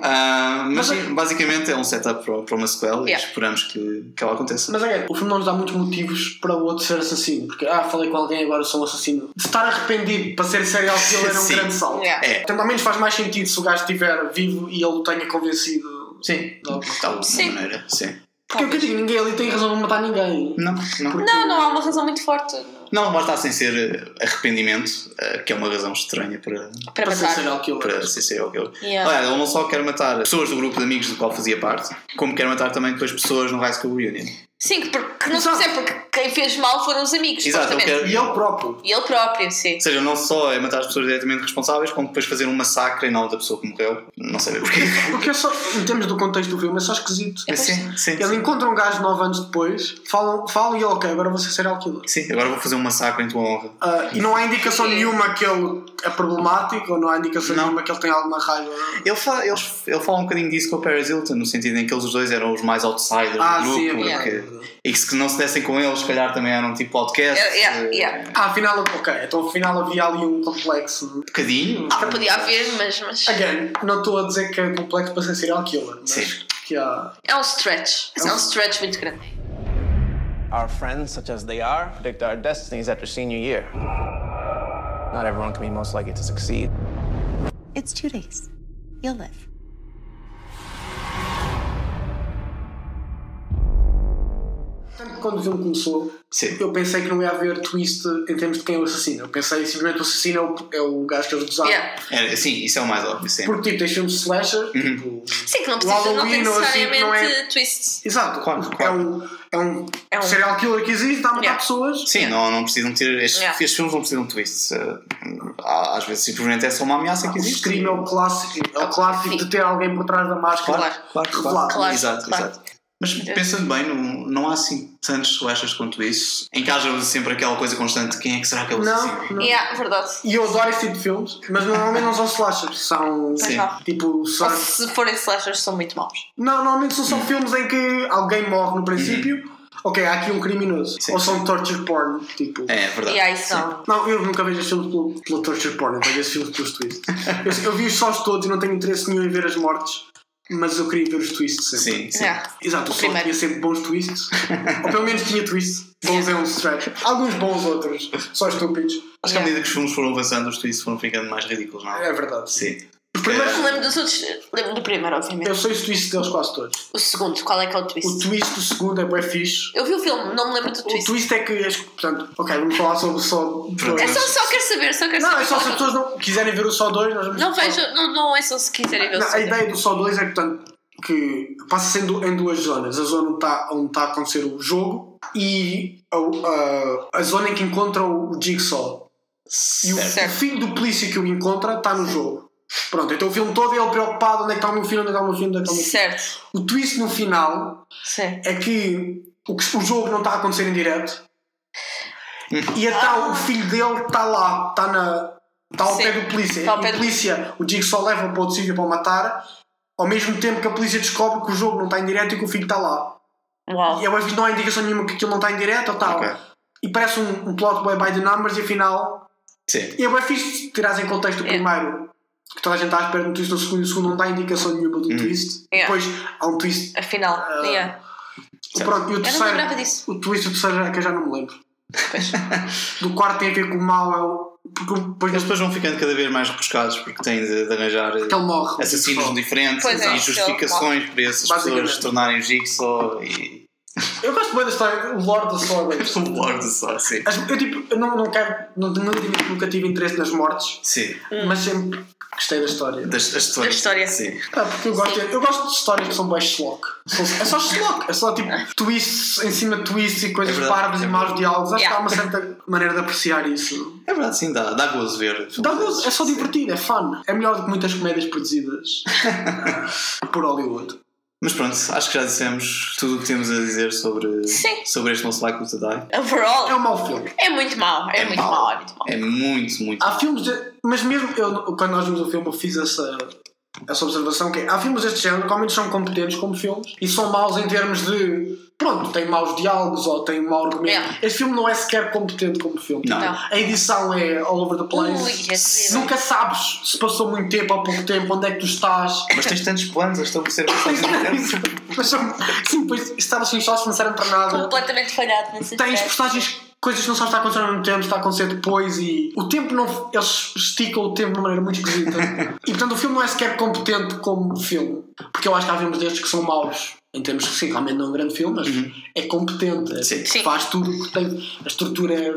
Speaker 1: Ah, mas
Speaker 3: Mas
Speaker 1: sim, basicamente é um setup para, para uma sequela
Speaker 2: Yeah.
Speaker 1: e esperamos que, que ela aconteça.
Speaker 3: Mas é o filme não nos dá muitos motivos para o outro ser assassino, porque ah, falei com alguém, agora sou um assassino. De estar arrependido para ser serial killer é um
Speaker 1: Sim.
Speaker 3: grande salto.
Speaker 2: Yeah.
Speaker 1: É.
Speaker 3: Portanto, ao menos faz mais sentido se o gajo estiver vivo e ele o tenha convencido
Speaker 1: Sim.
Speaker 3: de alguma
Speaker 1: De alguma
Speaker 2: Sim.
Speaker 1: maneira, sim.
Speaker 3: Porque eu que digo, ninguém ali tem razão de matar ninguém.
Speaker 1: Não, não.
Speaker 2: Não, não há uma razão muito forte
Speaker 1: Não, mas está sem ser eh, arrependimento, eh, que é uma razão estranha para,
Speaker 2: para
Speaker 3: Para ser
Speaker 2: matar. Ah.
Speaker 3: serial
Speaker 1: para
Speaker 3: killer.
Speaker 1: ser serial killer.
Speaker 2: Yeah.
Speaker 1: Olha, ele não só quer matar pessoas do grupo de amigos do qual fazia parte, como quer matar também depois pessoas no High School Reunion.
Speaker 2: Sim, que porque não se
Speaker 3: Exato.
Speaker 2: percebe, porque quem fez mal foram os amigos,
Speaker 1: Exato, ele
Speaker 2: supostamente.
Speaker 1: quer...
Speaker 3: E ele próprio.
Speaker 2: E ele próprio, sim.
Speaker 1: Ou seja, não só é matar as pessoas diretamente responsáveis, como depois fazer um massacre em nome da pessoa que morreu. Não sei bem porquê.
Speaker 3: Porque é só, em termos do contexto do filme, é só esquisito.
Speaker 2: É, pois.
Speaker 1: sim, sim,
Speaker 3: Ele encontra um gajo 9 anos depois, falam, falam e ele, ok, agora vou ser serial killer.
Speaker 1: sim. Sim, agora vou fazer um massacre em tua honra.
Speaker 3: Ah, e não há indicação
Speaker 2: Sim.
Speaker 3: nenhuma que ele é problemático, ou não há indicação
Speaker 1: Não.
Speaker 3: nenhuma que ele tem alguma raiva.
Speaker 1: Ele fala, ele, ele fala um bocadinho disso com o Paris Hilton, no sentido em que eles os dois eram os mais outsiders
Speaker 3: Ah,
Speaker 1: do grupo.
Speaker 3: sim, é
Speaker 1: e,
Speaker 3: verdade.
Speaker 1: que, e que se não se dessem com eles, se calhar também eram tipo podcast. eh,
Speaker 2: É, yeah, yeah.
Speaker 3: Ah, afinal, ok, então afinal havia ali um complexo.
Speaker 1: Um bocadinho.
Speaker 2: Ah, podia haver, mas, mas
Speaker 3: Again, não estou a dizer que é complexo para ser serial killer, mas
Speaker 1: Sim.
Speaker 3: que há.
Speaker 2: é um stretch. É um stretch muito grande.
Speaker 5: Our friends, such as they are, predict our destinies after senior year. Not everyone can be most likely to succeed.
Speaker 6: It's two days. You'll live.
Speaker 3: quando o filme começou,
Speaker 1: Sim.
Speaker 3: eu pensei que não ia haver twist em termos de quem é o assassino. Eu pensei simplesmente o assassino é o, é o gajo que eles gozaram.
Speaker 2: Yeah.
Speaker 1: É, sim, isso é o mais óbvio, sim.
Speaker 3: Porque tipo, tens filmes de slasher,
Speaker 1: Uhum.
Speaker 3: tipo.
Speaker 2: Sim, que não
Speaker 3: o
Speaker 2: precisa, não tem
Speaker 3: Halloween ou assim,
Speaker 2: necessariamente
Speaker 3: não é-
Speaker 2: twist.
Speaker 3: Exato,
Speaker 1: Claro,
Speaker 3: porque
Speaker 1: claro.
Speaker 3: É, um, é, um
Speaker 2: É um-
Speaker 3: serial killer que existe, está a matar
Speaker 2: Yeah.
Speaker 3: pessoas.
Speaker 1: Sim, não, não precisam ter. Estes,
Speaker 2: Yeah.
Speaker 1: estes filmes não precisam de twists. eh, há- Às vezes simplesmente é só uma ameaça que
Speaker 3: O
Speaker 1: existe.
Speaker 3: crime é o clássico, é o clássico
Speaker 2: Sim.
Speaker 3: de ter alguém por trás da máscara.
Speaker 2: Claro.
Speaker 1: Claro, claro.
Speaker 3: Revelado.
Speaker 2: Claro,
Speaker 1: exato,
Speaker 2: claro.
Speaker 1: exato. Mas
Speaker 2: É.
Speaker 1: pensando bem, não, não há assim tantos slashers quanto isso. Em que haja sempre aquela coisa constante: quem é que será que é o assassino?
Speaker 3: Não, não.
Speaker 2: Yeah, verdade.
Speaker 3: E eu adoro esse tipo de filmes, mas normalmente não são slashers, são
Speaker 1: Sim.
Speaker 3: tipo. São...
Speaker 2: Ou se forem slashers, são muito maus.
Speaker 3: Não, normalmente são só filmes em que alguém morre no princípio, ok, há aqui um criminoso.
Speaker 1: Sim.
Speaker 3: Ou são torture porn, tipo.
Speaker 1: É verdade.
Speaker 2: E aí são.
Speaker 3: Não, eu nunca vejo esses filmes pelo, pelo torture porn, eu vejo esses filmes pelos twists. Eu, eu vi os sós todos e não tenho interesse nenhum em ver as mortes, mas eu queria ver os twists
Speaker 1: Sim,
Speaker 3: sempre.
Speaker 1: sim.
Speaker 2: Yeah.
Speaker 3: Exato, o
Speaker 2: O
Speaker 3: Sol
Speaker 2: primeiro.
Speaker 3: tinha sempre bons twists. Ou pelo menos tinha twists. Bons é um stretch. Alguns bons, outros só estúpidos.
Speaker 1: Acho que à
Speaker 2: Yeah.
Speaker 1: medida que os filmes foram avançando, os twists foram ficando mais ridículos, não
Speaker 3: É verdade.
Speaker 1: Sim. É.
Speaker 3: Os primeiros-
Speaker 2: Não lembro dos outros. Lembro do primeiro,
Speaker 3: Eu
Speaker 2: obviamente.
Speaker 3: sei os twists deles quase todos.
Speaker 2: O segundo, qual é que é o
Speaker 3: O
Speaker 2: twist?
Speaker 3: twist do segundo é bem fixe.
Speaker 2: Eu vi o filme, não me lembro do
Speaker 3: O
Speaker 2: twist.
Speaker 3: twist é que. as- Portanto, ok, vamos falar sobre o Sol
Speaker 1: É
Speaker 2: É
Speaker 3: 2.
Speaker 2: só, só quero saber, só quero
Speaker 3: Não,
Speaker 2: saber.
Speaker 3: é só se as
Speaker 2: qual
Speaker 3: pessoas não quiserem ver o Sol 2, nós vamos
Speaker 2: Não vejo, não, não é só se quiserem ver o
Speaker 3: Não, a
Speaker 2: segundo.
Speaker 3: ideia do Sol 2 é que, portanto, que passa-se em, du- em duas zonas. A zona onde está a acontecer o jogo e a, a- a zona em que encontram o Jigsaw. E o,
Speaker 2: Certo.
Speaker 3: o filho do polícia que o encontra está no jogo. Pronto, então o filme todo é ele preocupado onde é que está o meu filho, onde é que está o meu filho, onde é que está o meu filho.
Speaker 2: Certo,
Speaker 3: O twist no final
Speaker 2: certo.
Speaker 3: é que o, que- o jogo não está a acontecer em direto e então o filho dele está lá, está na. Está ao
Speaker 2: Ah. Sim,
Speaker 3: pé do polícia.
Speaker 2: está ao
Speaker 3: E
Speaker 2: pé
Speaker 3: o
Speaker 2: do-
Speaker 3: polícia, o Jigsaw leva para outro sítio para o matar, ao mesmo tempo que a polícia descobre que o jogo não está em direto e que o filho está lá.
Speaker 2: Uau.
Speaker 3: E ao mesmo não há indicação nenhuma que aquilo não está em direto ou tal.
Speaker 1: Ok.
Speaker 3: E parece um, um plot by, by the numbers e afinal
Speaker 1: Sim.
Speaker 3: e é bem fixe se tirares em contexto o
Speaker 2: Yeah.
Speaker 3: primeiro, que toda a gente está à espera de um twist, no segundo, e o segundo não dá indicação nenhuma de um twist.
Speaker 2: Yeah.
Speaker 3: Depois há um twist.
Speaker 2: Afinal,
Speaker 3: Ah.
Speaker 2: yeah.
Speaker 3: Pronto, e o
Speaker 2: não
Speaker 3: terceiro.
Speaker 2: lembrava disso.
Speaker 3: O twist do terceiro é que eu já não me lembro. Do quarto tem a ver com o mal, é o. Porque depois
Speaker 1: Eles
Speaker 3: deste
Speaker 1: depois vão ficando cada vez mais rebuscados porque têm de, de arranjar eh,
Speaker 3: que ele morre.
Speaker 1: assassinos diferentes
Speaker 2: Pois é,
Speaker 1: e justificações para essas
Speaker 3: Basicamente.
Speaker 1: pessoas se tornarem o Jigsaw e.
Speaker 3: Eu gosto bem da história, o Lord da Sorrows.
Speaker 1: Um Lorde só, sim.
Speaker 3: As- Eu tipo, eu não, não quero. Não, não, tive- nunca tive interesse nas mortes,
Speaker 1: Sim.
Speaker 3: mas sempre gostei da história.
Speaker 1: Das, das histórias.
Speaker 2: Da história.
Speaker 1: Sim.
Speaker 3: Ah, porque eu gosto, eu gosto de histórias que são bem schlock. São- É só schlock, é só tipo twists em cima de twists e coisas
Speaker 1: É verdade,
Speaker 3: parvas
Speaker 1: é
Speaker 3: e maus
Speaker 1: verdade.
Speaker 3: diálogos. Acho
Speaker 2: Yeah.
Speaker 3: que há uma certa maneira de apreciar isso.
Speaker 1: É verdade, sim, dá, dá gozo ver.
Speaker 3: Dá gozo, é só divertido, é fun. É melhor do que muitas comédias produzidas ah, por Hollywood.
Speaker 1: Mas pronto, acho que já dissemos tudo o que temos a dizer sobre,
Speaker 2: Sim.
Speaker 1: sobre este nosso Like to Die.
Speaker 3: É um
Speaker 2: Overall,
Speaker 3: mau filme.
Speaker 2: é muito mau. É, muito
Speaker 1: mau.
Speaker 2: mau, é muito Ah, mau.
Speaker 1: É muito, muito.
Speaker 3: Há filmes. De, mas mesmo eu, quando nós vimos o filme, eu fiz essa. Essa observação que é, há filmes deste género que ao menos são competentes como filmes e são maus em termos de pronto, tem maus diálogos ou tem mau argumento.
Speaker 2: Yeah.
Speaker 3: Este filme não é sequer competente como filme.
Speaker 1: Não.
Speaker 2: Não.
Speaker 3: A edição é all over the place.
Speaker 2: Ui, é terrível.
Speaker 3: Nunca sabes se passou muito tempo ou pouco tempo, onde é que tu estás.
Speaker 1: Mas tens tantos planos a estabelecer pessoas
Speaker 2: é.
Speaker 1: internas.
Speaker 3: Mas são- Sim, pois estavas sem sócios, não servem para nada.
Speaker 2: Completamente falhado nesse
Speaker 3: Tens
Speaker 2: aspecto.
Speaker 3: personagens, coisas que não sabes se está a acontecer ao mesmo tempo, se está a acontecer depois e o tempo não. Eles esticam o tempo de uma maneira muito esquisita. e portanto o filme não é sequer competente como filme. Porque eu acho que há filmes destes que são maus. Em termos que sim, realmente não é um grande filme, mas é competente. é-
Speaker 1: Uhum. Sim.
Speaker 2: Sim.
Speaker 3: Faz tudo o que tem. A estrutura é,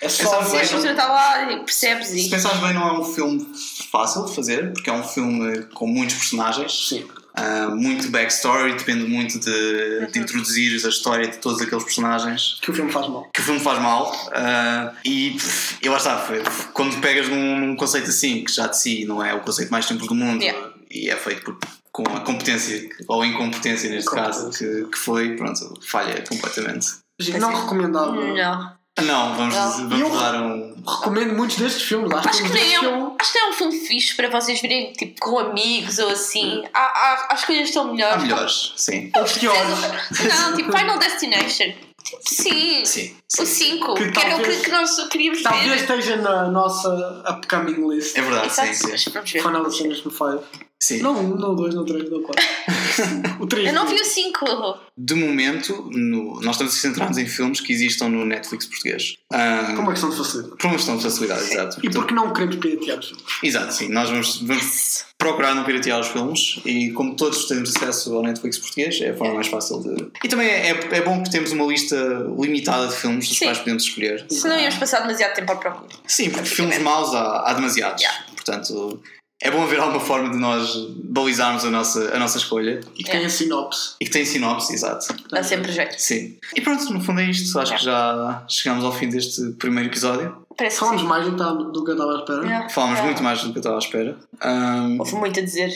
Speaker 3: é
Speaker 1: só
Speaker 3: sólida.
Speaker 2: Sim, a estrutura está tá lá e percebes
Speaker 1: Se
Speaker 2: e.
Speaker 1: pensares bem, não é um filme fácil de fazer, porque é um filme com muitos personagens,
Speaker 3: Sim.
Speaker 1: ah, muito backstory, depende muito de,
Speaker 2: Uhum.
Speaker 1: de introduzires a história de todos aqueles personagens.
Speaker 3: Que o filme faz mal.
Speaker 1: que o filme faz mal ah, e pff, eu lá está foi- quando pegas num, num conceito assim que já de si não é o conceito mais simples do mundo
Speaker 2: Yeah.
Speaker 1: e é feito por- com a competência ou incompetência neste caso que, que foi, pronto, falha completamente
Speaker 3: Não recomendava.
Speaker 2: Não.
Speaker 1: Hum, não, vamos,
Speaker 2: Não.
Speaker 1: vamos
Speaker 3: Eu-
Speaker 1: dar um
Speaker 3: Recomendo muitos destes filmes. Acho,
Speaker 2: Acho que
Speaker 3: este
Speaker 2: nem é
Speaker 3: filme-
Speaker 2: um, acho que não é um filme fixe para vocês verem tipo, com amigos ou
Speaker 3: Hum.
Speaker 2: assim. Há, há, as coisas estão
Speaker 1: há
Speaker 2: melhores.
Speaker 1: melhores, sim
Speaker 3: Ou piores.
Speaker 2: Não, tipo Final Destination. Tipo, sim.
Speaker 1: sim, sim.
Speaker 2: O 5,
Speaker 3: Que
Speaker 2: que, era o
Speaker 3: talvez-
Speaker 2: que, que nós queríamos
Speaker 3: Talvez
Speaker 2: ver.
Speaker 3: esteja na nossa upcoming list.
Speaker 1: é verdade,
Speaker 2: Exato,
Speaker 1: sim, sim,
Speaker 2: mas vamos ver.
Speaker 3: Final Destination 5.
Speaker 1: sim.
Speaker 3: Não 1, não 2, não 3, não 4. O 3.
Speaker 2: Eu não vi o 5.
Speaker 1: de momento no- nós estamos a centrar-nos em filmes que existam no Netflix português Ah,
Speaker 3: Como é que são de facilidade?
Speaker 1: por uma questão de facilidade, exato
Speaker 3: E porque não queremos piratear os filmes?
Speaker 1: Exato, sim. Nós vamos, vamos procurar não piratear os filmes e como todos temos acesso ao Netflix português, é a forma mais fácil de. E também é, é bom que temos uma lista limitada de filmes dos
Speaker 2: Sim.
Speaker 1: quais podemos escolher.
Speaker 2: Senão íamos passar demasiado tempo à procura.
Speaker 1: Sim, porque filmes maus há, há demasiados.
Speaker 2: Yeah.
Speaker 1: Portanto, é bom haver alguma forma de nós balizarmos a nossa, a nossa escolha
Speaker 3: E
Speaker 2: É.
Speaker 3: que tem a sinopse.
Speaker 1: e que tem sinopse, exato.
Speaker 2: Dá sempre jeito.
Speaker 1: Sim. E pronto, no fundo é isto. Acho que já chegamos ao fim deste primeiro episódio.
Speaker 2: Parece que
Speaker 3: Falámos
Speaker 2: sim. É.
Speaker 3: mais do que tá- do que eu estava à espera.
Speaker 2: Não.
Speaker 1: Falámos
Speaker 2: Não.
Speaker 1: muito mais do que eu estava à espera. Ahm,
Speaker 2: Houve muito a dizer.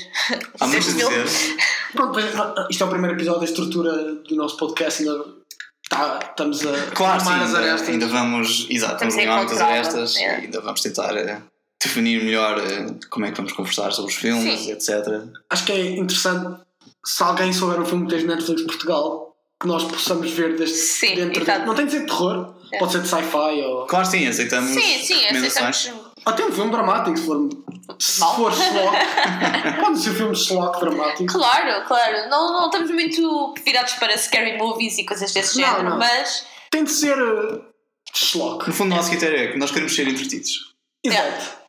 Speaker 1: há muito a
Speaker 2: Este filme-
Speaker 1: dizer.
Speaker 3: Pronto, pois, ah, isto é o primeiro episódio da estrutura do nosso podcast. Ainda tá, estamos a
Speaker 1: Claro, sim,
Speaker 3: arrumar as
Speaker 1: ainda,
Speaker 3: arestas.
Speaker 1: ainda vamos. Exato,
Speaker 2: Estamos
Speaker 1: vamos
Speaker 2: a
Speaker 1: limar muitas
Speaker 2: encontrá-la,
Speaker 1: arestas
Speaker 2: é.
Speaker 1: e ainda vamos tentar eh, definir melhor eh, como é que vamos conversar sobre os filmes,
Speaker 2: Sim.
Speaker 1: etc.
Speaker 3: Acho que é interessante se alguém souber um filme que tens Netflix Portugal que nós possamos ver deste
Speaker 2: Sim,
Speaker 3: dentro de,
Speaker 2: exato.
Speaker 3: Não tem de ser de terror,
Speaker 2: É.
Speaker 3: pode ser de sci-fi ou.
Speaker 1: Claro, sim, aceitamos
Speaker 2: Sim, sim,
Speaker 1: recomendações.
Speaker 2: aceitamos.
Speaker 3: Até um filme dramático, se for, se
Speaker 2: Mal.
Speaker 3: for Schlock. pode ser um filme de Schlock dramático.
Speaker 2: Claro, claro. Não, não estamos muito virados para scary movies e coisas desse
Speaker 3: Não,
Speaker 2: género,
Speaker 3: não.
Speaker 2: mas.
Speaker 3: Tem de ser uh, Schlock.
Speaker 1: No fundo, o nosso critério é que nós queremos ser entretidos.
Speaker 2: É.
Speaker 3: Exato.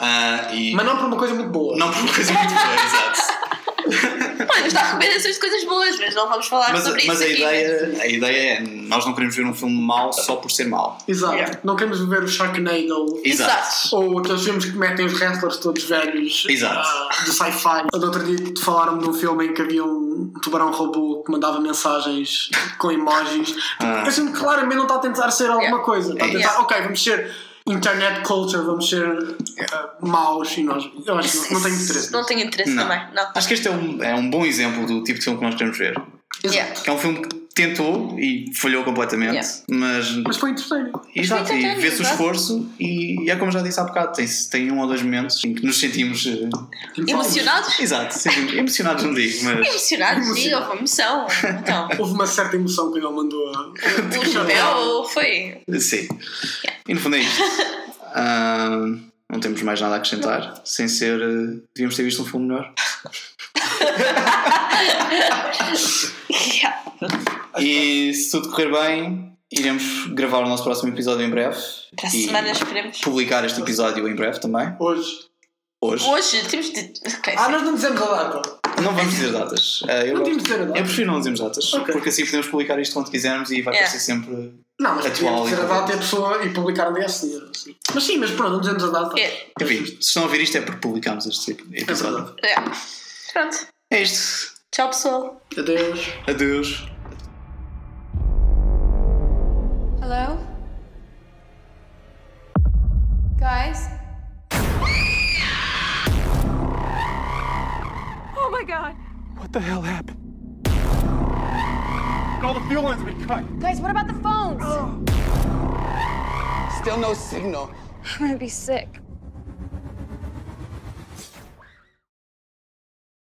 Speaker 1: Ah, e
Speaker 3: Mas não por uma coisa muito boa.
Speaker 1: não por uma coisa muito boa, exato.
Speaker 2: Podemos dar recomendações de coisas boas, mas não vamos falar
Speaker 1: Mas,
Speaker 2: sobre isso
Speaker 1: mas a,
Speaker 2: aqui.
Speaker 1: ideia, a ideia é: nós não queremos ver um filme mau só por ser mau.
Speaker 3: Exato.
Speaker 2: Yeah.
Speaker 3: Não queremos ver o Sharknado
Speaker 2: Exato.
Speaker 3: ou aqueles filmes que metem os wrestlers todos velhos
Speaker 1: Exato.
Speaker 3: ah, de sci-fi. Do outro dia te falaram de um filme em que havia um tubarão robô que mandava mensagens com emojis.
Speaker 1: Ah.
Speaker 3: Esse filme claramente não está a tentar ser alguma
Speaker 2: Yeah.
Speaker 3: coisa. Está a tentar,
Speaker 2: Yeah.
Speaker 3: ok, vamos ser internet culture, vamos ser ah, maus e nós. Eu acho que não, não tenho interesse.
Speaker 2: Não tenho interesse
Speaker 1: Não.
Speaker 2: também, não.
Speaker 1: Acho que este é um, é um bom exemplo do tipo de filme que nós queremos ver.
Speaker 2: Yeah.
Speaker 1: Que é um filme que tentou e falhou completamente,
Speaker 2: Yeah.
Speaker 1: mas.
Speaker 3: Mas foi interessante.
Speaker 1: Exato,
Speaker 2: foi
Speaker 1: e
Speaker 2: tentando,
Speaker 1: vê-se o
Speaker 2: exato.
Speaker 1: esforço, e é como já disse há bocado: tem, tem um ou dois momentos em que nos sentimos. eh,
Speaker 2: Emocionados?
Speaker 1: exato, sentimos emocionados, não digo, mas.
Speaker 2: Emocionados, sim, houve emoção. Então,
Speaker 3: Houve uma certa emoção quando ele mandou a.
Speaker 2: o chapéu foi.
Speaker 1: eh, Sim. E no fundo é isto. Ah, não temos mais nada a acrescentar, sem ser. eh, devíamos ter visto um filme melhor.
Speaker 2: Yeah.
Speaker 1: E se tudo correr bem, iremos gravar o nosso próximo episódio em breve.
Speaker 2: Para a
Speaker 1: e
Speaker 2: semana esperemos.
Speaker 1: Publicar este episódio em breve também.
Speaker 3: Hoje.
Speaker 1: Hoje.
Speaker 2: Hoje temos de. Ok,
Speaker 3: Ah, nós não dizemos a data.
Speaker 1: Não vamos dizer datas. Ah, eu, gosto-
Speaker 3: Não tínhamos de dizer a
Speaker 1: eu
Speaker 3: data.
Speaker 1: prefiro não dizermos datas,
Speaker 3: Ok.
Speaker 1: porque assim podemos publicar isto quando quisermos e vai
Speaker 2: É.
Speaker 1: parecer sempre.
Speaker 3: Não, mas
Speaker 1: Atual
Speaker 3: podíamos
Speaker 1: e
Speaker 3: ter a
Speaker 1: corrente.
Speaker 3: data e a pessoa e publicar no dia a seguir. assim. Mas sim, mas pronto, não dizemos a data.
Speaker 2: É.
Speaker 1: Enfim, se estão a ouvir isto é porque publicamos este
Speaker 3: É
Speaker 1: episódio.
Speaker 3: verdade.
Speaker 2: yeah. Pronto.
Speaker 1: É isto.
Speaker 2: Tchau, pessoal.
Speaker 3: Adeus.
Speaker 1: Adeus.
Speaker 7: Hello? Guys?
Speaker 4: Oh my god.
Speaker 5: What the hell happened? All the fuel lines have been cut.
Speaker 7: Guys, what about the phones?
Speaker 5: Still no signal.
Speaker 7: I'm gonna be sick.